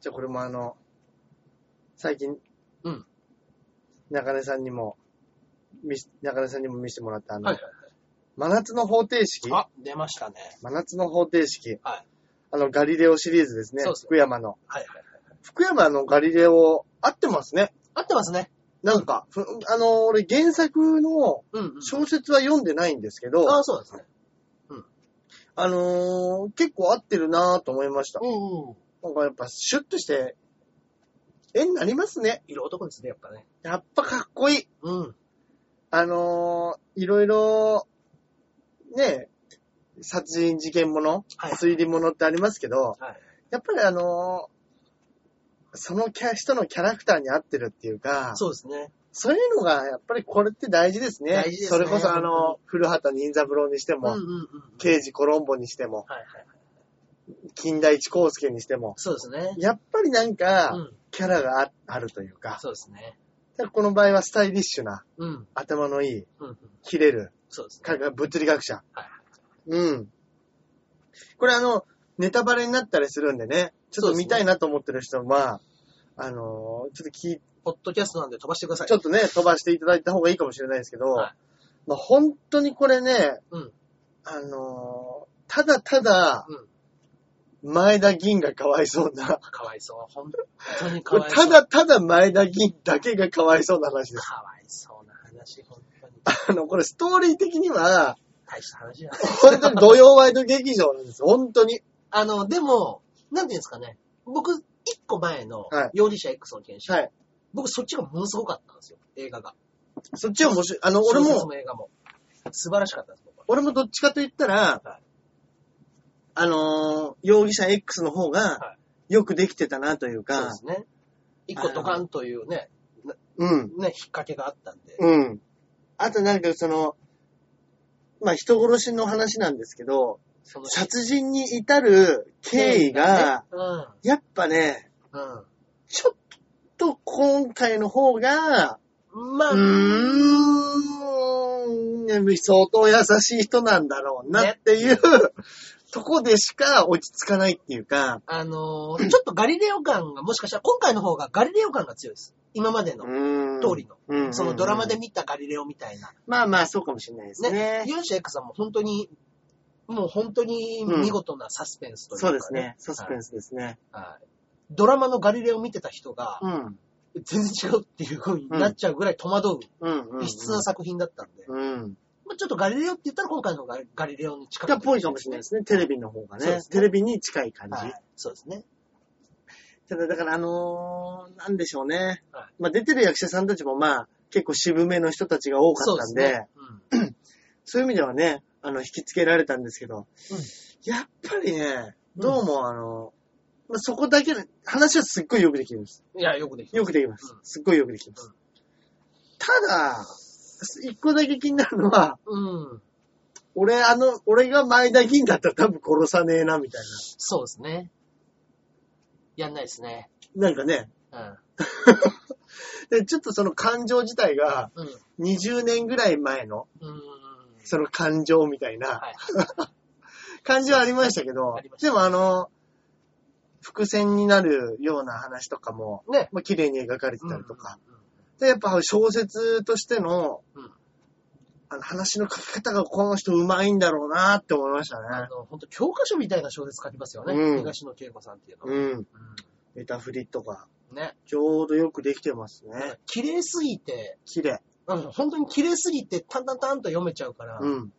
A: じゃあこれもあの、最近、
B: うん。
A: 中根さんにも、見し中根さんにも見せてもらったあの、
B: はいはい
A: 真夏の方程式
B: あ、出ましたね。
A: 真夏の方程式。
B: はい
A: あの、ガリレオシリーズですね。
B: そうです
A: 福山の。
B: はいはいはい。
A: 福山のガリレオ、合ってますね。
B: 合ってますね。
A: なんか、ふあの、俺原作の
B: うん、うん。
A: 小説は読んでないんですけど、
B: あ
A: あ
B: あ、そうなんですね。
A: のー結構合ってるなぁと思いました。
B: うんうん。
A: なんかやっぱシュッとして、絵になりますね。
B: 色男ですね、やっぱね。
A: やっぱかっこいい。
B: うん。
A: あのーいろいろ、ねえ、殺人事件もの、
B: はい
A: 推理ものってありますけど、
B: はい。
A: やっぱりあのーそのキャ人のキャラクターに合ってるっていうか、
B: そうですね。
A: そういうのがやっぱりこれって大事ですね。
B: 大事です
A: そ
B: ね
A: れこそあ
B: 本
A: の、古畑任三郎にして
B: うん
A: も、
B: うんうん。
A: 刑事コロンボにしても、
B: はいはい。
A: 金田一光介にしても、
B: そうですね。
A: やっぱりなんか
B: う、ん。
A: キャラがああるというか、
B: そうですね。
A: だからこの場合はスタイリッシュな、
B: うん。
A: 頭のいい、
B: うんうん。
A: 切れる、
B: そうですね。
A: 科学物理学者
B: はい。
A: うん。これあの、ネタバレになったりするんでね、ちょっと見たいなと思ってる人は、あのーちょっと聞い
B: ポッドキャストなんで飛ばしてください。
A: ちょっとね、飛ばしていただいた方がいいかもしれないですけど、
B: はい
A: まあ、本当にこれね、
B: うん
A: あのーただただ、
B: うん
A: 前田銀がかわいそうな。
B: かわいそう。本当にか
A: こ
B: わ
A: れ
B: いそ う。
A: ただただ前田銀だけがかわいそうな話です。
B: かわいそうな話、本当に。
A: あの、これストーリー的には、
B: 大した話じゃ ない。
A: 本当に土曜ワイド劇場なんです。本当に。
B: あの、でも、なんていうんですかね。僕、一個前の
A: はい、
B: 容疑者 X の検視、
A: はい。
B: 僕そっちがものすごかったんですよ。映画が。
A: そっちは面白い。あの、俺
B: 小説
A: も、
B: も映画も。素晴らしかったです、僕は。
A: 俺もどっちかと言ったら
B: はい、
A: あのー容疑者 X の方が
B: は、
A: よくできてたなという
B: そうで
A: か、
B: すね。一個ドカンというね、
A: うん。
B: ね、引っ掛けがあったんで。
A: うん。あとなんかその、まあ人殺しの話なんですけど、
B: その
A: 殺人に至る経緯が、、
B: ねうん。
A: やっぱね、
B: う
A: ちょっと今回の方が、
B: ん。
A: う
B: まあ、
A: ーん、相当優しい人なんだろうなっていう、とこでしか落ち着かないっていうか、
B: あのーちょっとガリレオ感が、もしかしたら今回の方がガリレオ感が強いです。今までの
A: うーん
B: 通りの。
A: うん
B: そのドラマで見たガリレオみたいな。
A: まあまあそうかもしれないですね。
B: ね。ユンシェイクさんも本当に、もう本当に見事なサスペンスというか、
A: そうですね。サスペン
B: ス、
A: スですね。
B: はいはいドラマのガリレオを見てた人が、
A: うん。
B: 全然違うっていう風になっちゃうぐらい戸惑
A: うんうん、うん。
B: う異質な作品だったんで、
A: うん。
B: まあ、ちょっとガリレオって言ったら今回のがガリレオに近
A: がっぽいかもしれないですね。テレビの方がね。
B: そうですね
A: テレビに近い感じ。
B: はい、そうですね。
A: ただ、だからあのーなんでしょうね。
B: は
A: まあ出てる役者さんたちもまあ、結構渋めの人たちが多かったんで、そう
B: そうですね。
A: いう意味ではね、あの、引きつけられたんですけど、
B: うん
A: やっぱりね、どうもあの、まあ、そこだけで、話はすっごいよくできてます。
B: うんいや、よくできて
A: よくできます
B: うん。
A: すっごいよくできてます。ただ、一個だけ気になるのは、
B: うん。
A: 俺、あの、俺が前田銀だったら多分殺さねえな、みたい
B: そうですね。やんないですね。
A: な。なんかね、
B: うん。
A: で、ちょっとその感情自体が、
B: うん。
A: 20年ぐらい前の、
B: うん。
A: その感情みたいな
B: はい。
A: 感じはありましたけど
B: ありま、した
A: でもあの、伏線になるような話とかも、
B: ね。
A: まあ、綺麗に描かれてたりとか、
B: うん。
A: で、やっぱ小説としての、
B: うん
A: あの話の書き方がこの人上手いんだろうなって思いました
B: あ
A: ね。
B: の、本当教科書みたいな小説書きますよね。
A: うん
B: 東野圭子さんっていうのは。
A: うん。
B: う
A: メタフリとか、
B: ん。ね。
A: ちょうどよくできてますね。
B: 綺麗すぎて、
A: 綺麗。
B: うん、本当に綺麗すぎて、タンタンタンと読めちゃうから、
A: うん。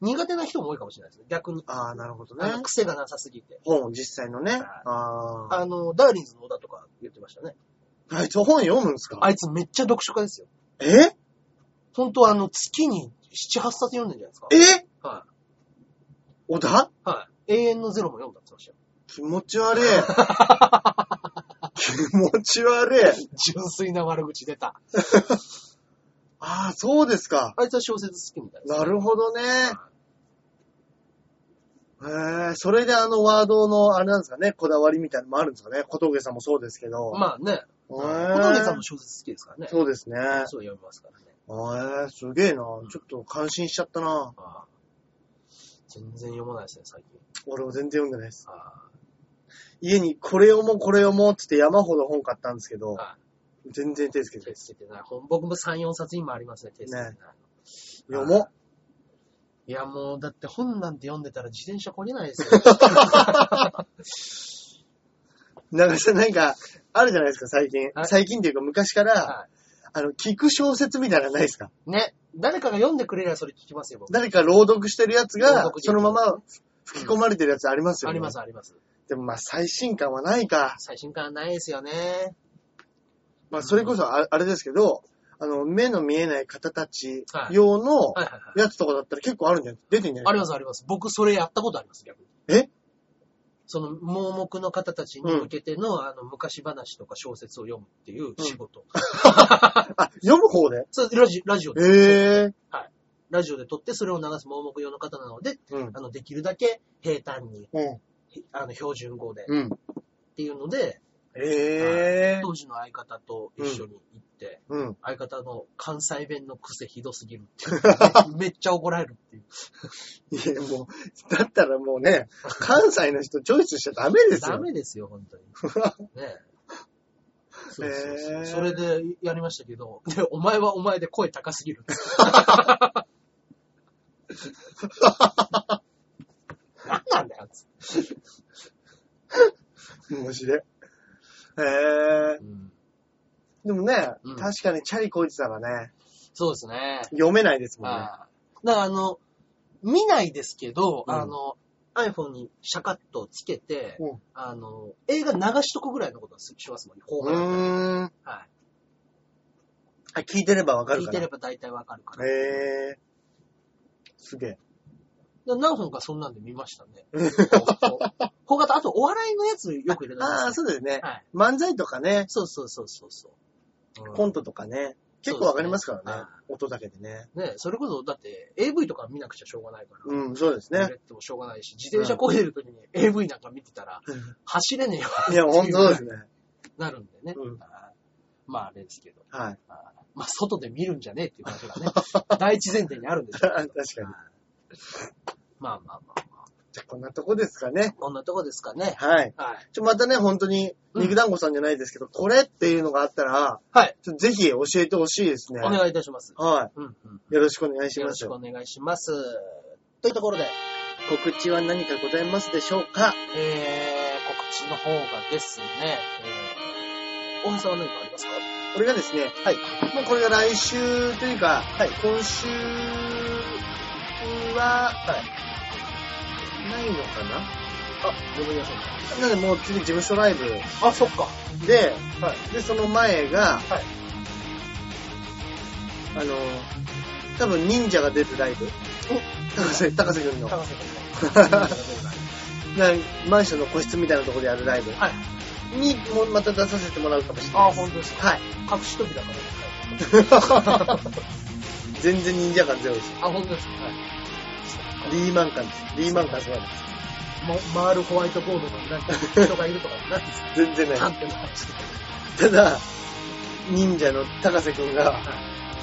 B: 苦手な人も多いかもしれないですね。逆に。
A: ああ、なるほど
B: あの
A: ね。
B: 癖がなさすぎて。
A: 本、実際のね。ああ。
B: あの、ダーリンズの小田とか言ってましたね。
A: あいつ本読むんですか
B: あいつめっちゃ読書家ですよ。
A: え
B: 本当あの、月に7、8冊読んでんじゃないですか。
A: え
B: は
A: 小田
B: い。はい。永遠のゼロも読んだって言ってまし
A: 気持ち 悪い。気持ち悪い。
B: たよ。純粋な悪口出た。
A: ああ、そうですか。
B: あいつは小説好きみたいです。
A: なるほどね。
B: は
A: へえ、それであのワードの、あれなんですかね、こだわりみたいなのもあるんですかね。小峠さんもそうですけど。
B: いまあね。
A: へえ
B: 小峠さんも小説好きですからね。
A: そうですね。へ
B: そう読みますからね。
A: え、すげえな。ちょっと感心しちゃったな。
B: ああ全然読まないですね、最近。
A: 俺も全然読んでないです。
B: あ
A: 家にこれをもこれをもってって山ほど本買ったんですけど、
B: あ
A: 全然手つけてない
B: 手。つけてない。本僕も3、4冊今ありますね、手つけてない。
A: ね読もう。
B: いや、もう、だって本なんて読んでたら自転車こげないですよ。
A: なんかさ、なんか、あるじゃないですか、最近。
B: はい
A: 最近っていうか、昔から、
B: は
A: あの、聞く小説みたいなのないですか
B: ね。誰かが読んでくれりゃそれ聞きますよ、僕。
A: 誰か朗読してるやつ
B: 朗
A: が
B: 読、
A: そのまま吹き込まれてるやつありますよ
B: あ
A: ね。
B: ります、あります。
A: でもまあ、最新刊はないか。
B: 最新刊はないですよね。
A: まあ、それこそあ、あれですけど、あの、目の見えない方たち
B: はい
A: 用の
B: はいはいはい。
A: やつとかだったら結構あるんじゃない出てんじゃな
B: あ
A: い
B: ります、あります。僕、それやったことあります、逆に。
A: え
B: その、盲目の方たちに向けての、あの、昔話とか小説を読むっていう仕事。
A: あ、読む方で
B: それラジラジオ
A: え
B: で、
A: え
B: ラジオで撮って、それを流す盲目用の方なので、
A: うん。
B: あの、できるだけ平坦に、
A: うん。
B: あの、標準語でっ
A: うん。
B: ていうので、
A: ええ
B: 当時の相方と一緒に行って、
A: うん。
B: 相方の関西弁の癖ひどすぎるってい う。めっちゃ怒られるっていう。
A: いや、もう、だったらもうね、関西の人チョイスしちゃダメです
B: ダ
A: よ。
B: メですよ、本当 に。ねえそうそうそう
A: へえ
B: それでやりましたけど、で、お前はお前で声高す ぎる。何なんだよ、つって
A: マジで。へえ
B: うん
A: でもね、
B: うん
A: 確かにチャリこいてたらね、
B: そうですね。
A: 読めないですもんね。
B: はい。だからあの、見ないですけど、
A: うん
B: あの、iPhone にシャカッとつけて、
A: うん
B: あの、映画流しとくぐらいのことはしますもんね。方
A: う
B: 法なんて
A: ーん。
B: は
A: あ、聞いてればわか
B: い。
A: る
B: 聞い
A: か
B: て
A: ら。
B: れば大体わかるから。
A: へえすげえ。
B: だ何本かそんなんで見ましたね。 他と、あとお笑いのやつよく入れたんです
A: ああ、そうだよね。
B: はい。
A: 漫才とかね、
B: そうそうそうそうそう。
A: コン
B: ト。
A: トとかね、結構わかりますからね
B: そうで。
A: 音だけでね。
B: ね、それこそ、だって、AV とか見なくちゃしょうがないから。
A: うん、そうですね
B: ね。。ってもしょうがないし、自転車こいでる時に AV なんか見てたら
A: うん、
B: 走れねえよ
A: いや、ほんとそうですね。
B: なるんでね。
A: うん
B: あーまあ、あれですけど。
A: はい。
B: あーまあ、外で見るんじゃねえっていう話がね、第一前提にあるんですけ
A: 確
B: ど。
A: かに。
B: まあまあまあまあ。
A: じゃあ、こんなとこですかね。
B: こんなとこですかね。
A: はい。
B: はい。
A: ちょ、またね、本当に、
B: うん
A: 肉団子さんじゃないですけど、これっていうのがあったら、
B: はい。
A: ちょっとぜひ教えてほしいですね。
B: お願いいたします。
A: は
B: うんうん。
A: い。よろしくお願いし
B: よ
A: ま
B: ろ
A: す
B: しく。お願いします。というところで、
A: 告知は何かございますでしょうか
B: えー、告知の方がですね、えー、大橋さんは何かありますか
A: これがですね、
B: はい。
A: もうこれが来週というか、
B: はい
A: 今週は
B: はい。
A: ないのかな
B: あ、読みましょう
A: なのでもう次事務所ライブ
B: か。あ、そっか。
A: で、
B: はい。
A: で、その前が、
B: はい
A: あの、多分忍者が出るライブ。高瀬、高瀬くんの。
B: 高瀬君の。
A: なマンションの個室みたいなところでやるライブ
B: はい。
A: にもまた出させてもらうかもしれない
B: あ、
A: です。
B: 本当ですか。
A: はい。
B: 隠し扉から。
A: 全然忍者感ゼロです。
B: あ、本当ですか。はい。
A: リーマン感です。リーマン感すごいです。
B: も回るホワイトボードのなんか人がいるとかになってき
A: 全然
B: て、ちゃ
A: ない
B: ん。とないです
A: ただ、忍者の高瀬くんが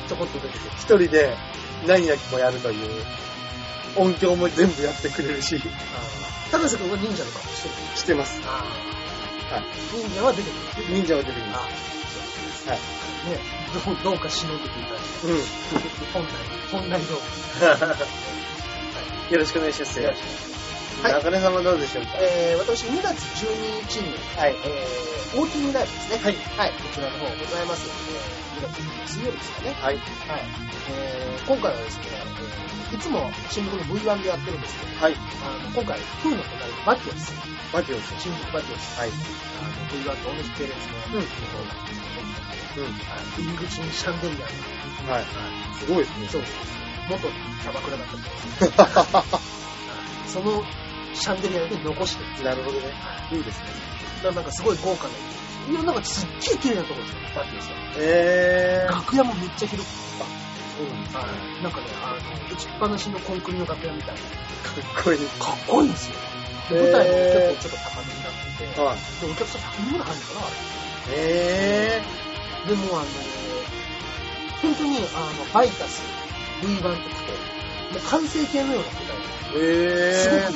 B: ちょこっと出てくる。
A: 一人で何焼きもやるという、音響も全部やってくれるし、
B: 高瀬君は忍者の格好してる。
A: してます。
B: あ
A: はい。
B: 忍者は出てくる。
A: 忍者は出てきま
B: あ
A: す。はい。
B: あ、ね、どうどうか忍んでくいただいて、
A: うん。
B: 本来、本来通
A: よろしくお願いします。
B: り。
A: はい。中根さんはどうでしょうか
B: えー、私、2月12日に、
A: はい
B: え。ー、ウォーキングライブですね。はい。はい。こちらの方ございます。えー、2月12日水曜日ですかね。
A: はい。
B: はい。えー、今回はですね、えーいつも新宿の V1 でやってるんですけど、
A: はい。
B: あの今回、プーの隣のバティオス、
A: マティオス。
B: 新宿バティオス、
A: はい。
B: あの V1 と同じ系列の、
A: うん
B: 方なんですけ
A: うん。
B: ど、あの入り口にシャンデリアが、
A: はい。すごいですね。
B: そうです。元キャバクラだったんですけどはいそのシャンデリアだけ残して、
A: なるほどね。いいですね。
B: だからなんかすごい豪華な、いや、なんかすっげえ綺麗なところですよ、バティオスは。
A: えー。
B: 楽屋もめっちゃ広くて、
A: うん
B: はいなんかね、あの、打ちっぱなしのコンクリの楽屋みたい
A: か
B: な。
A: っこいい。
B: かっこいいんですよ。で舞台も結構ちょっと高めになってて、
A: はい。
B: でお客さん100人ぐらい入るのかなあ
A: え
B: れでもあの、本当にあの、バイタス、V1 と来て、もう完成形のような
A: ー。
B: 舞台
A: えー。
B: すごくいい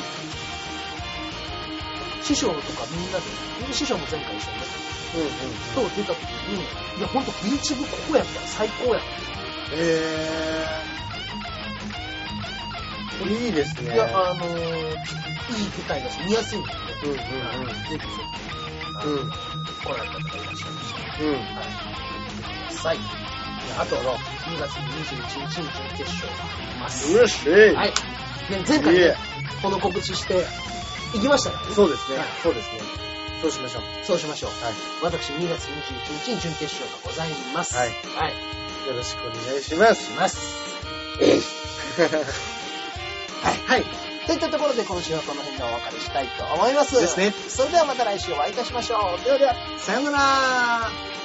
B: 師匠とかみんなで、師匠も前回一緒にね、
A: うんうん。
B: と出た時に、いや、ほんとビーチ部ここやったら最高やっ
A: えー。いいですね。
B: た。いや、あの、いい舞台だし、見やすいんだよね。
A: うんうん
B: はい
A: うん。
B: ぜひぜひ、
A: うん
B: うん、来られた方いらっしゃいましたら
A: うん。
B: はい。ください。あと、2月21日に準決勝があります。
A: よしえい
B: はい。ね、前回、
A: いえ
B: ね、この告知して、行きましたからね。
A: そうですね
B: はい。
A: そうですね。そうしましょう。
B: そうしましょう。
A: はい。
B: 私、2月21日に準決勝がございます。
A: はい
B: はい。
A: よろしくお願いしま
B: し
A: す。
B: ます。
A: はい。はい。
B: といったところで、今週はこの辺でお別れしたいと思います。
A: ですね
B: それではまた来週お会いいたしましょう。ではでは。
A: さよなら